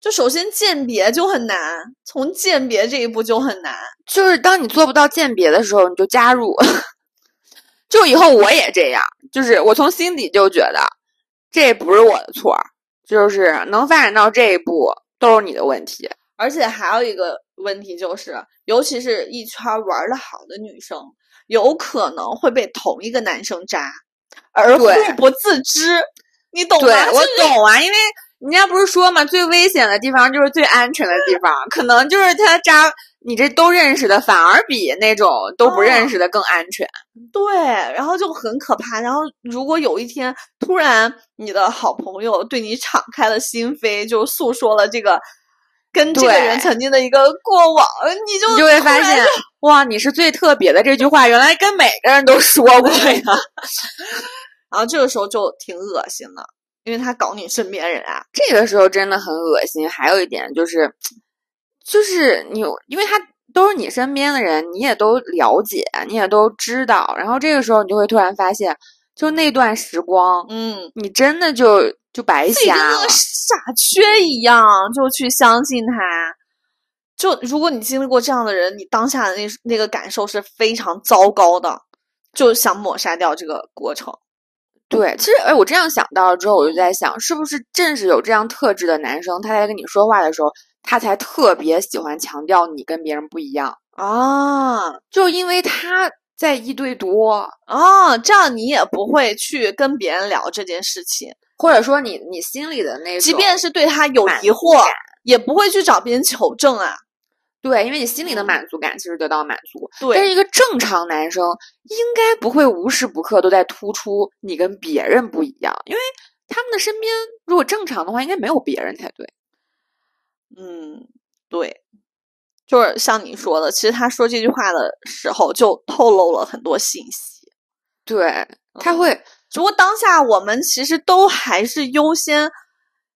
S3: 就首先鉴别就很难，从鉴别这一步就很难。
S2: 就是当你做不到鉴别的时候，你就加入。 就以后我也这样，就是我从心底就觉得这不是我的错儿，就是能发展到这一步都是你的问题。
S3: 而且还有一个问题就是，尤其是一圈儿玩的好的女生，有可能会被同一个男生渣，而
S2: 对
S3: 互不自知。你懂吗？
S2: 对，
S3: 就
S2: 我
S3: 是
S2: 懂啊，因为人家不是说嘛，最危险的地方就是最安全的地方，可能就是他扎你这都认识的，反而比那种都不认识的更安全。
S3: 对，然后就很可怕。然后如果有一天突然你的好朋友对你敞开了心扉，就诉说了这个跟这个人
S2: 对
S3: 曾经的一个过往，你就
S2: 你就会
S3: 突
S2: 发
S3: 然
S2: 现，哇，你是最特别的这句话，原来跟每个人都说过呀。
S3: 然后这个时候就挺恶心的，因为他搞你身边人啊。
S2: 这个时候真的很恶心。还有一点就是，就是你有，因为他都是你身边的人，你也都了解，你也都知道，然后这个时候你就会突然发现，就那段时光，
S3: 嗯，
S2: 你真的就就白
S3: 自己
S2: 瞎
S3: 跟那
S2: 了
S3: 个。傻缺一样，就去相信他。就如果你经历过这样的人，你当下的那那个感受是非常糟糕的，就想抹杀掉这个过程。
S2: 对，其实哎，我这样想到了之后，我就在想，是不是正是有这样特质的男生，他在跟你说话的时候，他才特别喜欢强调你跟别人不一样，
S3: 啊
S2: 就因为他在一对多，
S3: 哦，这样你也不会去跟别人聊这件事情，
S2: 或者说你你心里的那种，
S3: 即便是对他有
S2: 满
S3: 疑
S2: 足
S3: 惑
S2: 感，
S3: 也不会去找别人求证啊。
S2: 对，因为你心里的
S3: 嗯
S2: 满足感其实得到满足。但是
S3: 对，
S2: 一个正常男生应该不会无时不刻都在突出你跟别人不一样，因为他们的身边如果正常的话，应该没有别人才对。
S3: 嗯，对，就是像你说的，其实他说这句话的时候就透露了很多信息。
S2: 对，他
S3: 嗯
S2: 会，
S3: 只不过当下我们其实都还是优先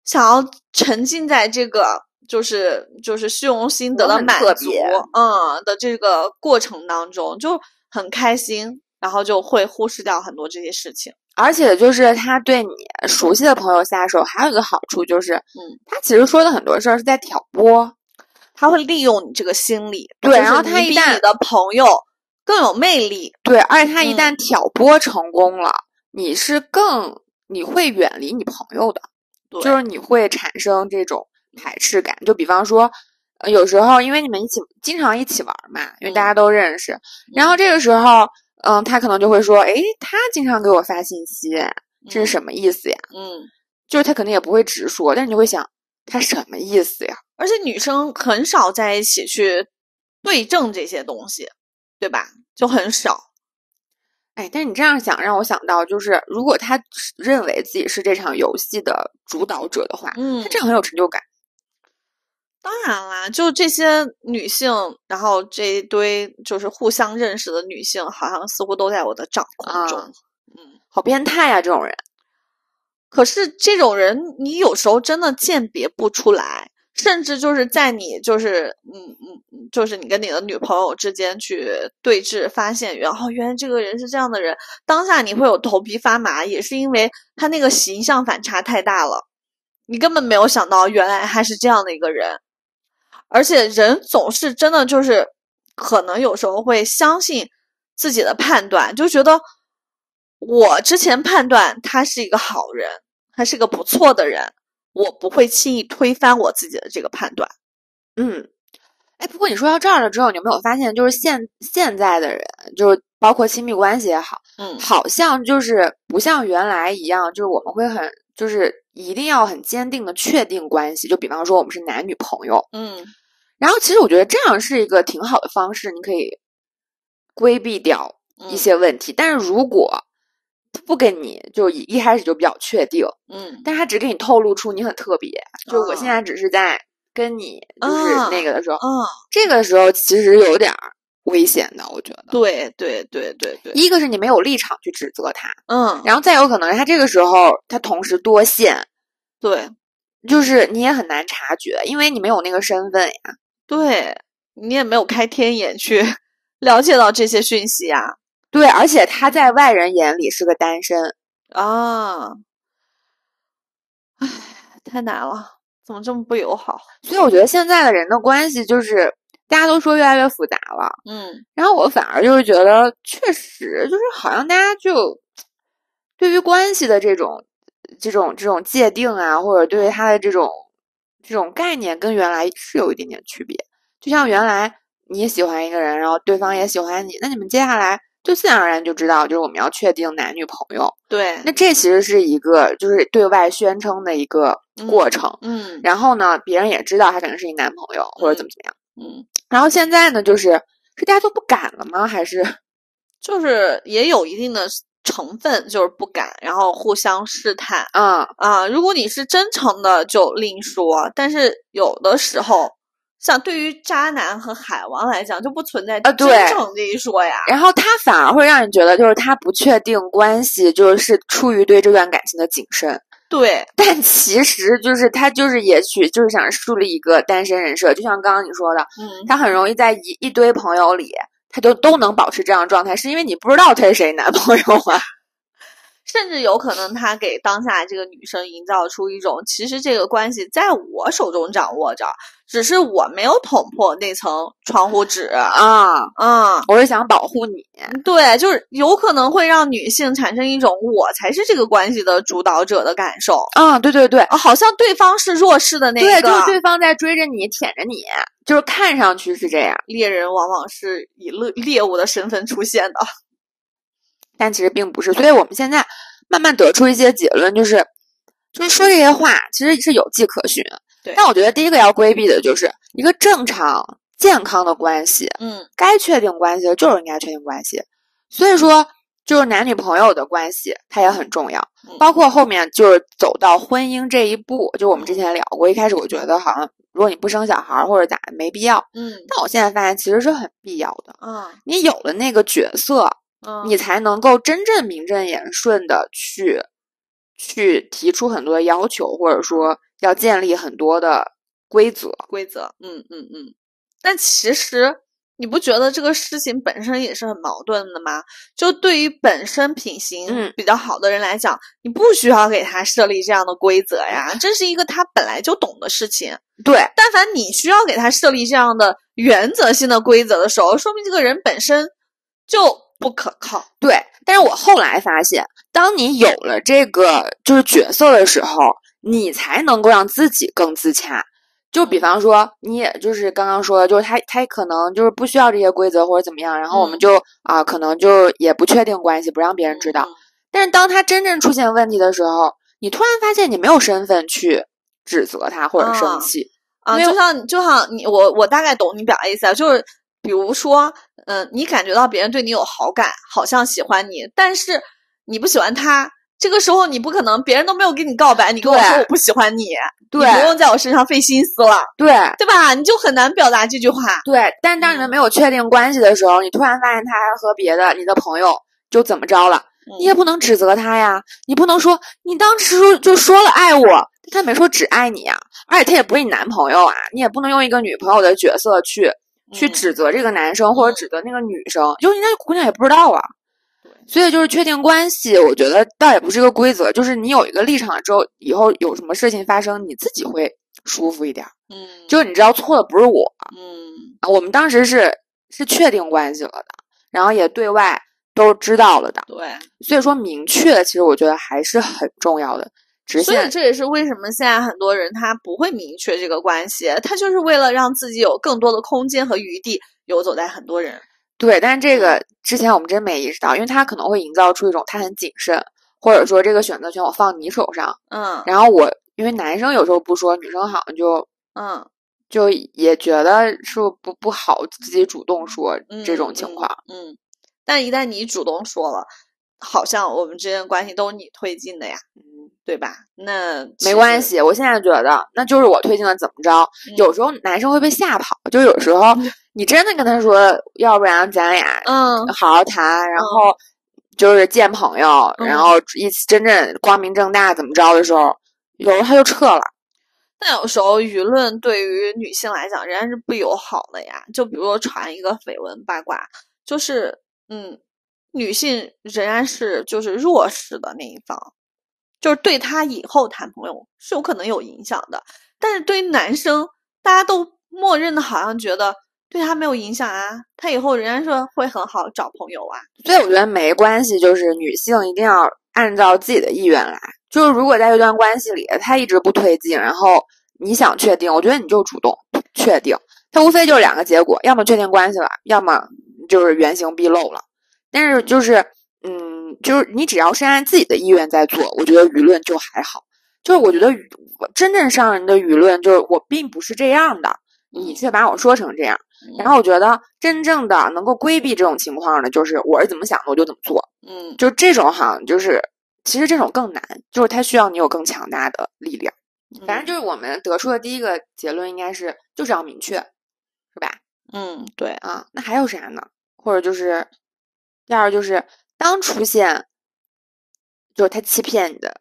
S3: 想要沉浸在这个就是就是虚荣心得
S2: 我
S3: 到
S2: 很
S3: 满
S2: 特
S3: 足
S2: 别
S3: 嗯的这个过程当中，就很开心，然后就会忽视掉很多这些事情。
S2: 而且就是他对你熟悉的朋友下手，还有一个好处就是，
S3: 嗯，
S2: 他其实说的很多事儿是在挑拨，
S3: 他会利用你这个心理，
S2: 对
S3: 就是
S2: 然后他
S3: 你
S2: 一
S3: 比
S2: 旦
S3: 你的朋友更有魅力，
S2: 对，而且他一
S3: 嗯
S2: 旦挑拨成功了，你是更你会远离你朋友的，
S3: 对
S2: 就是你会产生这种排斥感。就比方说，呃有时候因为你们一起经常一起玩儿嘛，因为大
S3: 嗯
S2: 家都认识，然后这个时候，嗯，他可能就会说，诶，他经常给我发信息，这是
S3: 嗯
S2: 什么意思呀？
S3: 嗯，
S2: 就是他可能也不会直说，但是你会想，他什么意思呀？
S3: 而且女生很少在一起去对证这些东西，对吧？就很少。
S2: 哎，但是你这样想让我想到，就是如果他是认为自己是这场游戏的主导者的话，
S3: 嗯
S2: 他这样很有成就感。
S3: 当然啦，就这些女性，然后这一堆就是互相认识的女性，好像似乎都在我的掌控中。
S2: 啊
S3: 嗯，
S2: 好变态呀、这种人，
S3: 可是这种人，你有时候真的鉴别不出来，甚至就是在你就是嗯嗯，嗯就是你跟你的女朋友之间去对峙，发现然后原来这个人是这样的人，当下你会有头皮发麻，也是因为他那个形象反差太大了，你根本没有想到原来他是这样的一个人，而且人总是真的就是可能有时候会相信自己的判断，就觉得我之前判断他是一个好人，他是个不错的人，我不会轻易推翻我自己的这个判断。
S2: 嗯，哎，不过你说到这儿了之后，你有没有发现，就是现现在的人，就是包括亲密关系也好，
S3: 嗯
S2: 好像就是不像原来一样，就是我们会很，就是一定要很坚定的确定关系，就比方说我们是男女朋友，
S3: 嗯，
S2: 然后其实我觉得这样是一个挺好的方式，你可以规避掉一
S3: 嗯
S2: 些问题。但是如果他不跟你就一一开始就比较确定，
S3: 嗯
S2: 但是他只给你透露出你很特别，就我现
S3: 啊
S2: 在只是在跟你就是那
S3: 啊
S2: 个的时候，
S3: 嗯，
S2: 这个时候其实有点儿危险的，我觉得。
S3: 对对对对对，
S2: 一个是你没有立场去指责他，
S3: 嗯，
S2: 然后再有可能他这个时候他同时多线，
S3: 对
S2: 就是你也很难察觉，因为你没有那个身份呀。
S3: 对，你也没有开天眼去 了解到这些讯息啊
S2: 对，而且他在外人眼里是个单身，
S3: 啊，唉，太难了，怎么这么不友好？
S2: 所以我觉得现在的人的关系就是大家都说越来越复杂了，
S3: 嗯
S2: 然后我反而就是觉得确实就是好像大家就对于关系的这种这种这种界定啊，或者对于它的这种这种概念跟原来是有一点点区别，就像原来你也喜欢一个人，然后对方也喜欢你，那你们接下来。就自然而然就知道，就是我们要确定男女朋友。，
S3: 对，
S2: 那这其实是一个就是对外宣称的一个过程。
S3: 嗯
S2: 然后呢，别人也知道他可能是你男朋友或者怎么怎么样。
S3: 嗯，
S2: 然后现在呢，就是是大家都不敢了吗？还是
S3: 就是也有一定的成分，就是不敢，然后互相试探。
S2: 嗯，
S3: 啊，如果你是真诚的就另说，但是有的时候，像对于渣男和海王来讲，就不存在
S2: 啊
S3: 真
S2: 对
S3: 诚这一说呀。
S2: 然后他反而会让你觉得，就是他不确定关系，就是出于对这段感情的谨慎。
S3: 对，
S2: 但其实就是他就是也许就是想树立一个单身人设，就像刚刚你说的，
S3: 嗯，
S2: 他很容易在一一堆朋友里。他就都能保持这样的状态，是因为你不知道他是谁男朋友啊？
S3: 甚至有可能他给当下这个女生营造出一种，其实这个关系在我手中掌握着，只是我没有捅破那层窗户纸。
S2: 啊，
S3: 嗯，
S2: 我是想保护你，
S3: 对，就是有可能会让女性产生一种我才是这个关系的主导者的感受，
S2: 啊，对对对，
S3: 啊，好像对方是弱势的那一
S2: 对，
S3: 个。
S2: 就是对方在追着你，舔着你，就是看上去是这样，
S3: 猎人往往是以猎猎物的身份出现的。
S2: 但其实并不是。所以我们现在慢慢得出一些结论，就是就是说这些话其实是有迹可循。
S3: 对
S2: 但我觉得第一个要规避的就是一个正常健康的关系，
S3: 嗯
S2: 该确定关系的就是应该确定关系。所以说，就是男女朋友的关系，它也很重要
S3: 嗯。
S2: 包括后面就是走到婚姻这一步，就我们之前聊过，一开始我觉得好像如果你不生小孩儿或者咋没必要，
S3: 嗯
S2: 但我现在发现其实是很必要的。
S3: 啊
S2: 你有了那个角色，
S3: 嗯，
S2: 你才能够真正名正言顺的去去提出很多的要求，或者说要建立很多的规则。
S3: 规则，嗯嗯嗯。但其实你不觉得这个事情本身也是很矛盾的吗？就对于本身品行
S2: 嗯
S3: 比较好的人来讲，你不需要给他设立这样的规则呀，这是一个他本来就懂的事情。
S2: 对，
S3: 但凡你需要给他设立这样的原则性的规则的时候，说明这个人本身就不可靠。
S2: 对，但是我后来发现，当你有了这个就是角色的时候，你才能够让自己更自洽。就比方说，你也就是刚刚说的，就是他他可能就是不需要这些规则或者怎么样，然后我们
S3: 嗯
S2: 就啊、可能就也不确定关系，不让别人知道。但是当他真正出现问题的时候，你突然发现你没有身份去指责他或者
S3: 啊
S2: 生气，
S3: 啊，
S2: 没
S3: 就
S2: 有
S3: 像就像你我我大概懂你表达意思啊，就是比如说，嗯、你感觉到别人对你有好感，好像喜欢你，但是你不喜欢他，这个时候你不可能别人都没有跟你告白，你跟我说
S2: 对
S3: 我不喜欢你，你
S2: 对
S3: 不用在我身上费心思了，
S2: 对
S3: 对吧？你就很难表达这句话。
S2: 对。但是当你们没有确定关系的时候，你突然发现他和别的你的朋友就怎么着了。你也
S3: 嗯
S2: 不能指责他呀，你不能说你当时说就说了爱我，他没说只爱你呀，而且他也不是你男朋友啊，你也不能用一个女朋友的角色去去
S3: 嗯
S2: 指责这个男生或者指责那个女生，就人家姑娘也不知道啊。所以就是确定关系，我觉得倒也不是一个规则，就是你有一个立场之后，以后有什么事情发生，你自己会舒服一点儿。
S3: 嗯，
S2: 就是你知道错的不是我，
S3: 嗯
S2: 啊我们当时是是确定关系了的，然后也对外都知道了的。
S3: 对。
S2: 所以说，明确其实我觉得还是很重要的。直
S3: 所以
S2: 线
S3: 这也是为什么现在很多人他不会明确这个关系，他就是为了让自己有更多的空间和余地，游走在很多人。
S2: 对，但是这个之前我们真没意识到，因为他可能会营造出一种他很谨慎，或者说这个选择权我放你手上。
S3: 嗯
S2: 然后我因为男生有时候不说，女生好像就
S3: 嗯，
S2: 就也觉得是不不好自己主动说这种
S3: 嗯
S2: 情况。
S3: 嗯，但一旦你主动说了，好像我们之间的关系都是你推进的呀，嗯对吧？那其
S2: 没关
S3: 实，嗯
S2: 系，我现在觉得那就是我推荐的怎么着。有时候男生会被吓跑，就有时候你真的跟他说，要不然咱俩
S3: 嗯
S2: 好好谈，然后就是见朋友，
S3: 嗯
S2: 然后一起真正光明正大怎么着的时候，有时候他就撤了。
S3: 但有时候舆论对于女性来讲，仍然是不友好的呀。就比如说传一个绯闻八卦，就是嗯，女性仍然是就是弱势的那一方，就是对她以后谈朋友是有可能有影响的。但是对于男生，大家都默认的好像觉得对他没有影响啊，他以后仍然是会很好找朋友啊。
S2: 所以我觉得没关系，就是女性一定要按照自己的意愿来。就是如果在这段关系里，他一直不推进，然后你想确定，我觉得你就主动确定。他无非就是两个结果，要么确定关系了，要么就是原形毕露了。但是就是，嗯，就是你只要是按自己的意愿在做，我觉得舆论就还好。就是我觉得舆真正上人的舆论，就是我并不是这样的，你却把我说成这样。然后我觉得真正的能够规避这种情况的，就是我是怎么想的我就怎么做，
S3: 嗯，
S2: 就这种好像就是其实这种更难，就是它需要你有更强大的力量。反正就是我们得出的第一个结论应该是就是要明确，是吧？
S3: 嗯，对，
S2: 啊，那还有啥呢？或者就是，要是就是当出现就是他欺骗你的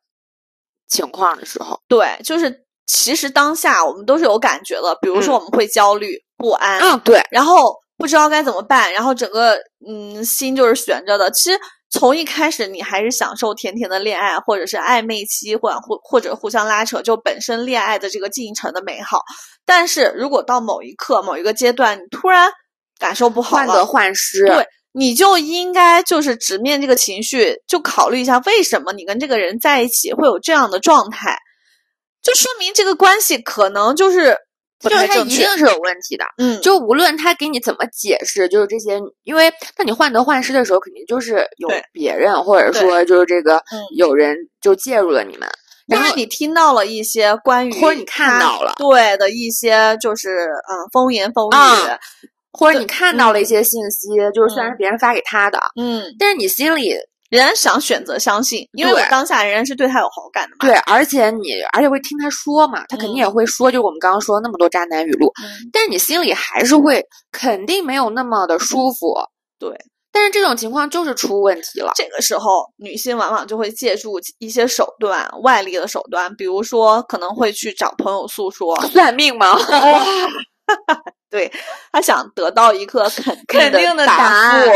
S2: 情况的时候，
S3: 对，就是其实当下我们都是有感觉的，比如说
S2: 嗯
S3: 我们会焦虑、不安，
S2: 嗯，对，
S3: 然后不知道该怎么办，然后整个嗯心就是悬着的。其实从一开始你还是享受甜甜的恋爱，或者是暧昧期，或或或者互相拉扯，就本身恋爱的这个进程的美好。但是如果到某一刻、某一个阶段，你突然感受不好
S2: 患
S3: 了，
S2: 得患失，
S3: 对你就应该就是直面这个情绪，就考虑一下为什么你跟这个人在一起会有这样的状态，就说明这个关系可能就是不
S2: 就是
S3: 太
S2: 他
S3: 正
S2: 一
S3: 确
S2: 定。是有问题的。
S3: 嗯，
S2: 就无论他给你怎么解释，就是这些，因为那你患得患失的时候，肯定就是有
S3: 对
S2: 别人，或者
S3: 对
S2: 说就是这个
S3: 嗯
S2: 有人就介入了你们，
S3: 因
S2: 然
S3: 为
S2: 后
S3: 你听到了一些关于
S2: 或者你看
S3: 他
S2: 到了
S3: 对的一些就是嗯风言风语，
S2: 啊或者
S3: 对
S2: 你看到了一些信息，就是虽然
S3: 嗯
S2: 是别人发给他的，
S3: 嗯，
S2: 但是你心里
S3: 仍然想选择相信，因为我
S2: 对
S3: 当下仍然是对他有好感的嘛。
S2: 对，而且你而且会听他说嘛，他肯定也会说，就我们刚刚说的那么多渣男语录，
S3: 嗯
S2: 但是你心里还是会肯定没有那么的舒服，
S3: 对。
S2: 但是这种情况就是出问题了，
S3: 这个时候，女性往往就会借助一些手段、外力的手段，比如说可能会去找朋友诉说，
S2: 算命吗？
S3: 对，他想得到一个肯
S2: 肯定的
S3: 的
S2: 答
S3: 答
S2: 案
S3: 复。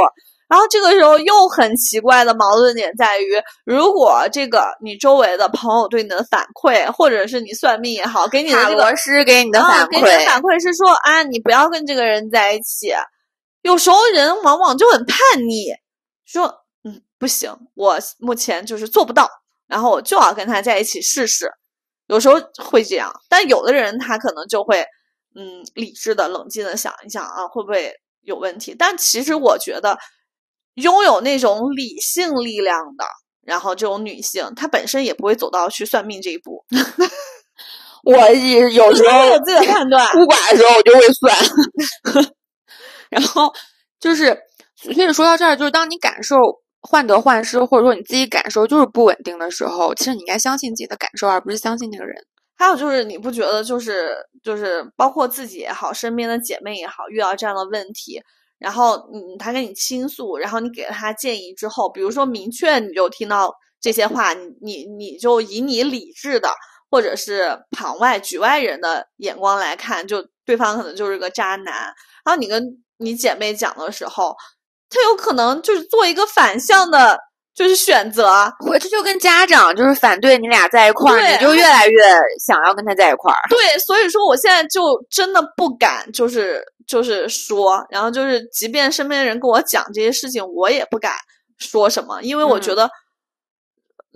S3: 然后这个时候又很奇怪的矛盾点在于，如果这个你周围的朋友对你的反馈，或者是你算命也好，给你的
S2: 塔
S3: 这个
S2: 罗师给你的
S3: 啊
S2: 反
S3: 给你的
S2: 馈，
S3: 反馈是说啊，你不要跟这个人在一起。有时候人往往就很叛逆，说嗯不行，我目前就是做不到，然后我就要跟他在一起试试。有时候会这样，但有的人他可能就会嗯理智的、冷静的想一想啊，会不会有问题？但其实我觉得，拥有那种理性力量的，然后这种女性，她本身也不会走到去算命这一步，
S2: 我也有时
S3: 她
S2: 候
S3: 有自己的判断。
S2: 孤寡的时候，我就会算。 然后就是，所以说到这儿，就是当你感受患得患失，或者说你自己感受就是不稳定的时候，其实你应该相信自己的感受，而不是相信那个人。
S3: 还有就是，你不觉得就是就是包括自己也好，身边的姐妹也好，遇到这样的问题，然后嗯，她跟你倾诉，然后你给了她建议之后，比如说明确你就听到这些话，你你你就以你理智的或者是旁外局外人的眼光来看，就对方可能就是个渣男。然后你跟你姐妹讲的时候，她有可能就是做一个反向的，就是选择，
S2: 我这就跟家长就是反对你俩在一块儿，
S3: 对
S2: 你就越来越想要跟他在一块儿。
S3: 对，所以说我现在就真的不敢，就是就是说，然后就是，即便身边的人跟我讲这些事情，我也不敢说什么，因为我觉
S2: 嗯
S3: 得，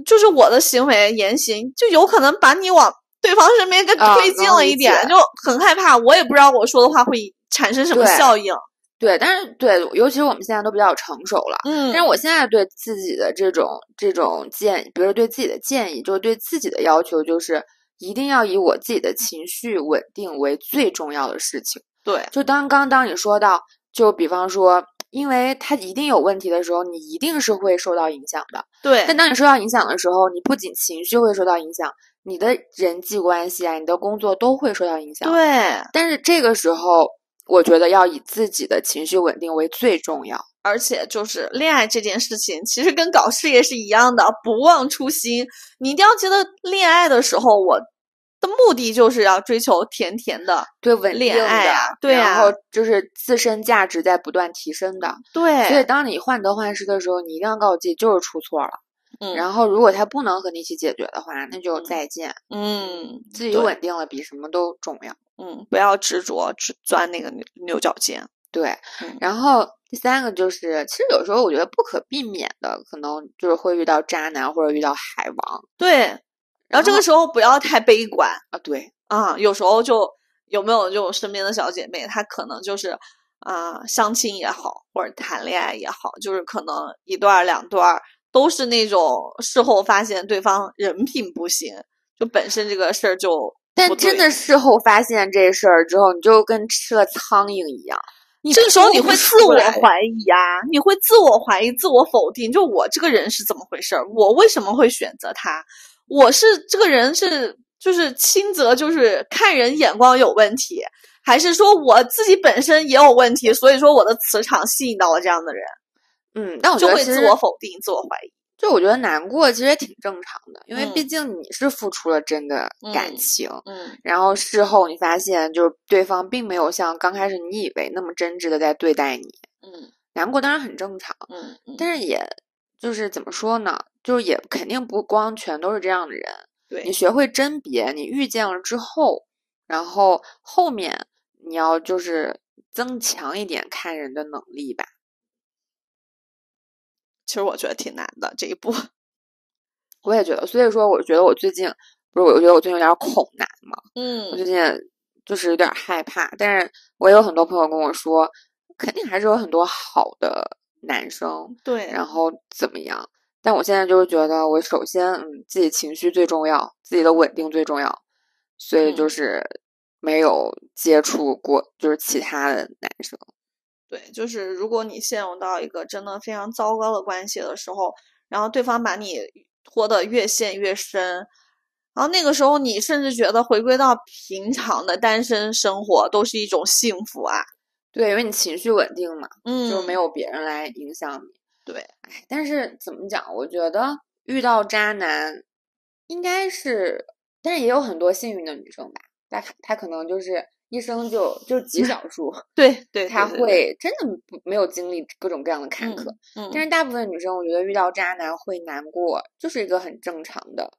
S3: 就是我的行为言行，就有可能把你往对方身边给
S2: 啊
S3: 推进
S2: 能
S3: 了
S2: 理
S3: 一点，
S2: 解
S3: 就很害怕。我也不知道我说的话会产生什么
S2: 对
S3: 效应。
S2: 对，但是对，尤其是我们现在都比较成熟了。
S3: 嗯
S2: 但是我现在对自己的这种这种建，比如说对自己的建议，就是对自己的要求，就是一定要以我自己的情绪稳定为最重要的事情。
S3: 对，
S2: 就当刚当你说到，就比方说，因为它一定有问题的时候，你一定是会受到影响的。
S3: 对，
S2: 但当你受到影响的时候，你不仅情绪会受到影响，你的人际关系啊，你的工作都会受到影响。
S3: 对，
S2: 但是这个时候，我觉得要以自己的情绪稳定为最重要。
S3: 而且就是恋爱这件事情，其实跟搞事业是一样的，不忘初心。你一定要觉得恋爱的时候，我的目的就是要追求甜甜的，
S2: 对稳
S3: 恋
S2: 定
S3: 爱
S2: 的
S3: 啊对
S2: 然
S3: 啊
S2: 后就是自身价值在不断提升的。所以
S3: 对，
S2: 当你患得患失的时候，你一定要告诉自己就是出错了。
S3: 嗯
S2: 然后如果他不能和你一起解决的话，那就
S3: 嗯
S2: 再见。
S3: 嗯
S2: 自己
S3: 对
S2: 稳定了比什么都重要。
S3: 嗯，不要执着，只钻那个牛牛角尖。
S2: 对
S3: 嗯，
S2: 然后第三个就是，其实有时候我觉得不可避免的，可能就是会遇到渣男或者遇到海王
S3: 对，然后这
S2: 然
S3: 个时候不要太悲观
S2: 啊。对，
S3: 啊，有时候就有没有就身边的小姐妹，她可能就是。啊、相亲也好，或者谈恋爱也好，就是可能一段儿两段儿都是那种事后发现对方人品不行，就本身这个事儿就
S2: 但
S3: 不
S2: 真
S3: 对
S2: 的事后发现这事儿之后，你就跟吃了苍蝇一样。你
S3: 这个时候
S2: 哭
S3: 你
S2: 不
S3: 会
S2: 出
S3: 自我
S2: 来
S3: 怀疑啊，你会自我怀疑、自我否定，就我这个人是怎么回事儿？我为什么会选择他？我是这个人是就是轻则就是看人眼光有问题，还是说我自己本身也有问题？所以说我的磁场吸引到了这样的人，
S2: 嗯，但我觉
S3: 就
S2: 得
S3: 会
S2: 其
S3: 自
S2: 实
S3: 我否定、自我怀疑。
S2: 就我觉得难过其实也挺正常的，因为毕
S3: 嗯
S2: 竟你是付出了真的感
S3: 嗯
S2: 情，
S3: 嗯，
S2: 然后事后你发现就是对方并没有像刚开始你以为那么真挚的在对待你，
S3: 嗯
S2: 难过当然很正常，
S3: 嗯嗯，
S2: 但是也就是怎么说呢，就是也肯定不光全都是这样的人，
S3: 对
S2: 你，学会甄别，你遇见了之后，然后后面你要就是增强一点看人的能力吧。
S3: 其实我觉得挺难的这一步。
S2: 我也觉得，所以说，我觉得我最近不是，我觉得我最近有点儿恐男嘛，我最
S3: 嗯
S2: 近就是有点儿害怕。但是我也有很多朋友跟我说，肯定还是有很多好的男生，
S3: 对，
S2: 然后怎么样？但我现在就是觉得，我首先嗯，自己情绪最重要，自己的稳定最重要，所以就
S3: 嗯
S2: 是没有接触过就是其他的男生。
S3: 对，就是如果你陷入到一个真的非常糟糕的关系的时候，然后对方把你拖得越陷越深，然后那个时候你甚至觉得回归到平常的单身生活都是一种幸福啊，
S2: 对，因为你情绪稳定嘛，
S3: 嗯，
S2: 就没有别人来影响你。
S3: 对，
S2: 哎，但是怎么讲？我觉得遇到渣男，应该是，但是也有很多幸运的女生吧。她她可能就是一生就就是极少数，
S3: 对 对，
S2: 他
S3: 对对
S2: 会真的不没有经历各种各样的坎坷。
S3: 嗯
S2: 但是大部分女生，我觉得遇到渣男会难过，就是一个很正常的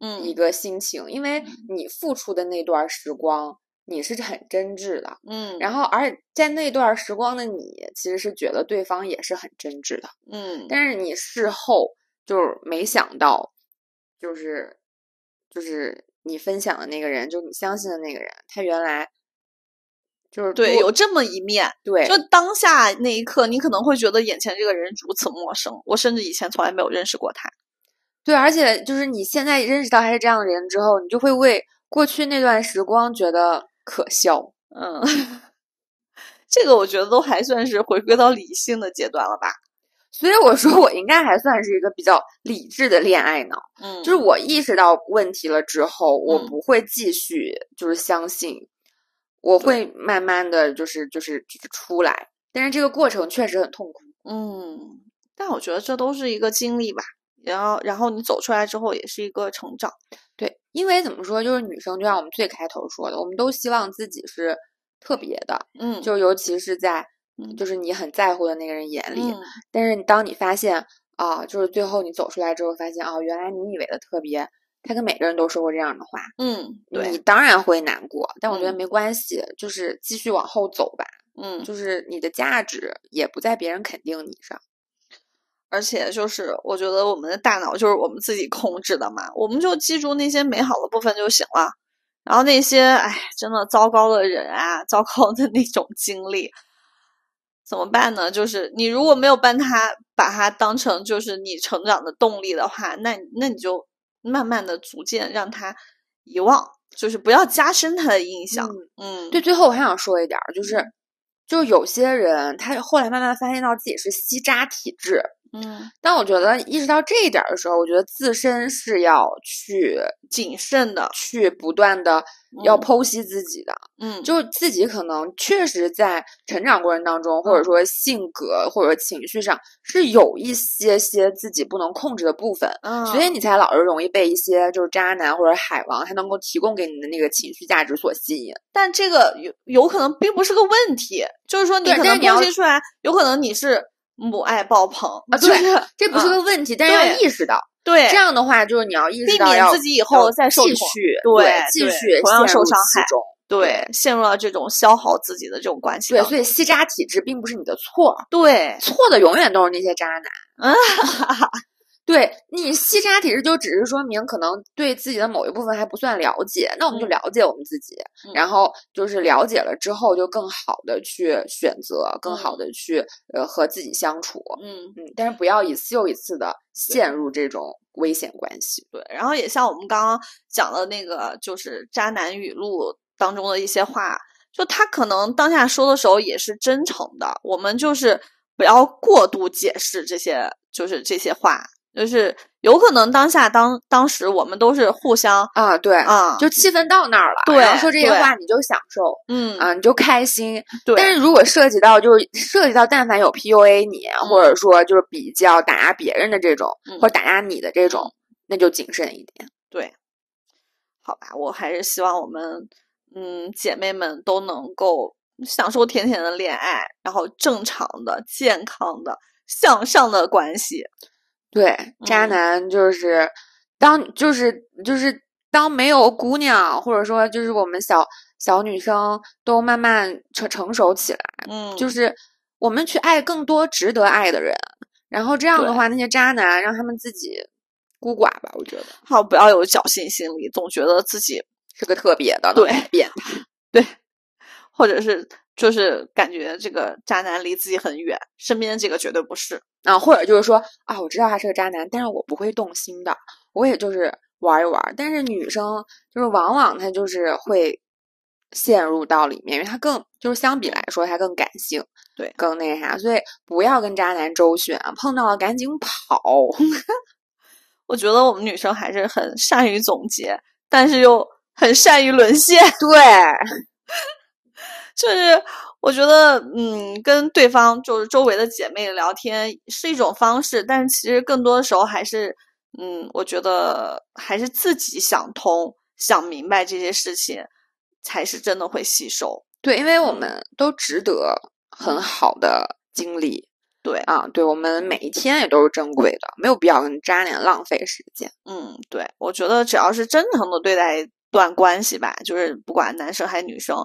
S3: 嗯
S2: 一个心情，因为你付出的那段时光，你是很真挚的。
S3: 嗯，
S2: 然后，而且在那段时光的你，其实是觉得对方也是很真挚的，
S3: 嗯
S2: 但是你事后就是没想到，就是就是你分享的那个人，就你相信的那个人，他原来就是
S3: 对
S2: 多
S3: 有这么一面，
S2: 对
S3: 就当下那一刻，你可能会觉得眼前这个人如此陌生，我甚至以前从来没有认识过他。
S2: 对，而且就是你现在认识到他是这样的人之后，你就会为过去那段时光觉得可笑。
S3: 嗯， 这个我觉得都还算是回归到理性的阶段了吧。
S2: 所以我说，我应该还算是一个比较理智的恋爱脑，
S3: 嗯
S2: 就是我意识到问题了之后，我
S3: 嗯
S2: 不会继续就是相信，我会慢慢的就是就是就是出来，但是这个过程确实很痛苦。
S3: 嗯，但我觉得这都是一个经历吧。然后，然后你走出来之后，也是一个成长。
S2: 对，因为怎么说，就是女生就像我们最开头说的，我们都希望自己是特别的，
S3: 嗯
S2: 就尤其是在
S3: 嗯
S2: 就是你很在乎的那个人眼里，
S3: 嗯
S2: 但是你当你发现啊，就是最后你走出来之后，发现啊，原来你以为的特别，他跟每个人都说过这样的话，
S3: 嗯，
S2: 你
S3: 对，
S2: 当然会难过。但我觉得
S3: 嗯
S2: 没关系，就是继续往后走吧。
S3: 嗯，
S2: 就是你的价值也不在别人肯定你上。
S3: 而且就是我觉得我们的大脑就是我们自己控制的嘛，我们就记住那些美好的部分就行了。然后那些哎，真的糟糕的人啊，糟糕的那种经历，怎么办呢？就是你如果没有把它把它当成就是你成长的动力的话，那那你就慢慢的逐渐让它遗忘，就是不要加深它的印象。
S2: 嗯
S3: 嗯，
S2: 对，最后我还想说一点儿，就是。就是有些人，他后来慢慢发现到自己是吸渣体质。
S3: 嗯，
S2: 当我觉得意识到这一点儿的时候，我觉得自身是要去
S3: 谨慎的，
S2: 去不断的要
S3: 嗯
S2: 剖析自己的。
S3: 嗯，
S2: 就是自己可能确实在成长过程当中，或
S3: 嗯
S2: 者说性格或者情绪上是有一些些自己不能控制的部分，
S3: 嗯，
S2: 所以你才老是容易被一些就是渣男或者海王他能够提供给你的那个情绪价值所吸引。
S3: 但这个有有可能并不是个问题，就是说你
S2: 对
S3: 可
S2: 但
S3: 能
S2: 是你要
S3: 剖析出来，有可能你是母爱爆棚
S2: 啊
S3: 就
S2: 对
S3: 是
S2: 这不是个问题，但是要
S3: 嗯对
S2: 意识到，
S3: 对
S2: 这样的话就是你要意识
S3: 避
S2: 到
S3: 免
S2: 要
S3: 自己以后
S2: 要
S3: 再受
S2: 继
S3: 挫
S2: 续
S3: 对
S2: 继
S3: 对
S2: 续
S3: 同样
S2: 陷
S3: 受
S2: 入
S3: 伤
S2: 其
S3: 害
S2: 中
S3: 对陷入了这种消耗自己的这种关系
S2: 对，
S3: 当中。
S2: 所以吸渣体质并不是你的错，
S3: 对，
S2: 错的永远都是那些渣男
S3: 啊。
S2: 对你吸渣体质，就只是说明可能对自己的某一部分还不算了解，那我们就
S3: 嗯
S2: 了解我们自己，然
S3: 嗯
S2: 后就是了解了之后，就更好的去选择，更好
S3: 嗯
S2: 的去呃和自己相处，
S3: 嗯，
S2: 嗯，但是不要一次又一次的陷入这种危险关系。
S3: 对。然后也像我们刚刚讲的那个，就是渣男语录当中的一些话，就他可能当下说的时候也是真诚的，我们就是不要过度解释这些，就是这些话，就是有可能当下当当时我们都是互相
S2: 啊，对，
S3: 啊，
S2: 就气氛到那儿了，
S3: 对
S2: 然后说这些
S3: 对
S2: 话你就享受
S3: 嗯
S2: 啊，你就开心，
S3: 对，
S2: 但是如果涉及到就是涉及到，但凡有 PUA 你，或者说就是比较打压别人的这种，
S3: 嗯
S2: 或者打压你的这种，那就谨慎一点。
S3: 好吧，我还是希望我们嗯姐妹们都能够享受甜甜的恋爱，然后正常的、健康的、向上的关系。
S2: 对，渣
S3: 嗯
S2: 男就是当就是就是当没有姑娘，或者说就是我们小小女生都慢慢成成熟起来，
S3: 嗯，
S2: 就是我们去爱更多值得爱的人，然后这样的
S3: 对
S2: 话，那些渣男让他们自己孤寡吧，我觉得
S3: 好，不要有侥幸心理，总觉得自己
S2: 是个特别的了
S3: 对
S2: 变态。
S3: 或者是就是感觉这个渣男离自己很远，身边这个绝对不是。
S2: 啊，或者就是说啊，我知道他是个渣男，但是我不会动心的，我也就是玩一玩儿。但是女生就是往往她就是会陷入到里面，因为她更就是相比来说，她更感性，
S3: 对
S2: 更那啥，所以不要跟渣男周旋，啊碰到了赶紧跑。
S3: 我觉得我们女生还是很善于总结，但是又很善于沦陷。
S2: 对，
S3: 就是我觉得，嗯，跟对方就是周围的姐妹聊天是一种方式，但是其实更多的时候还是，嗯，我觉得还是自己想通、想明白这些事情，才是真的会吸收。
S2: 对，因为我们都值得很好的经历
S3: 嗯对，
S2: 啊，对我们每一天也都是珍贵的，没有必要跟渣男浪费时间。
S3: 嗯，对，我觉得只要是真诚的对待一段关系吧，就是不管男生还是女生，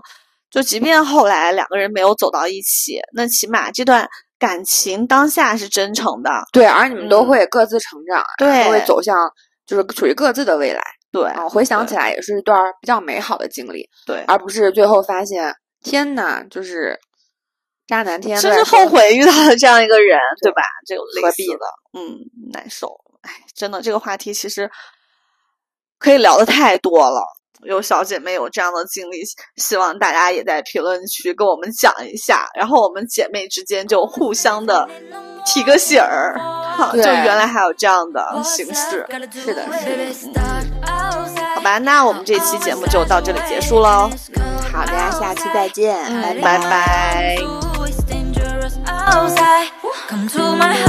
S3: 就即便后来两个人没有走到一起，那起码这段感情当下是真诚的。
S2: 对，而你们都
S3: 嗯
S2: 会各自成长，啊
S3: 对
S2: 都会走向就是属于各自的未来
S3: 对
S2: 啊。回想
S3: 对
S2: 起来也是一段儿比较美好的经历，
S3: 对，
S2: 而不是最后发现，天呐，就是渣男天天
S3: 甚
S2: 都
S3: 至
S2: 在说
S3: 后悔遇到了这样一个人，对
S2: 对
S3: 吧？这种类
S2: 何
S3: 似
S2: 必
S3: 的，嗯，难受。哎，真的，这个话题其实可以聊的太多了。有小姐妹有这样的经历，希望大家也在评论区跟我们讲一下，然后我们姐妹之间就互相的提个醒儿，哈就
S2: 对
S3: 原来还有这样的形式。
S1: 是的，是的。
S3: 好
S1: 好
S3: 吧，
S1: 吧，
S3: 那
S1: 那
S3: 我
S1: 我
S3: 们
S1: 们
S3: 这
S1: 这
S3: 期
S1: 期
S3: 节
S1: 节
S3: 目
S1: 目
S3: 就
S1: 就
S3: 到
S1: 到
S3: 这
S1: 这
S3: 里
S1: 里
S3: 结
S1: 结
S3: 束哦
S1: 束
S3: 喽
S1: 喽。
S2: 好的，下期再
S3: 嗯
S2: 见，拜
S3: 拜
S2: 拜。
S3: 拜。
S1: Come to my Oh,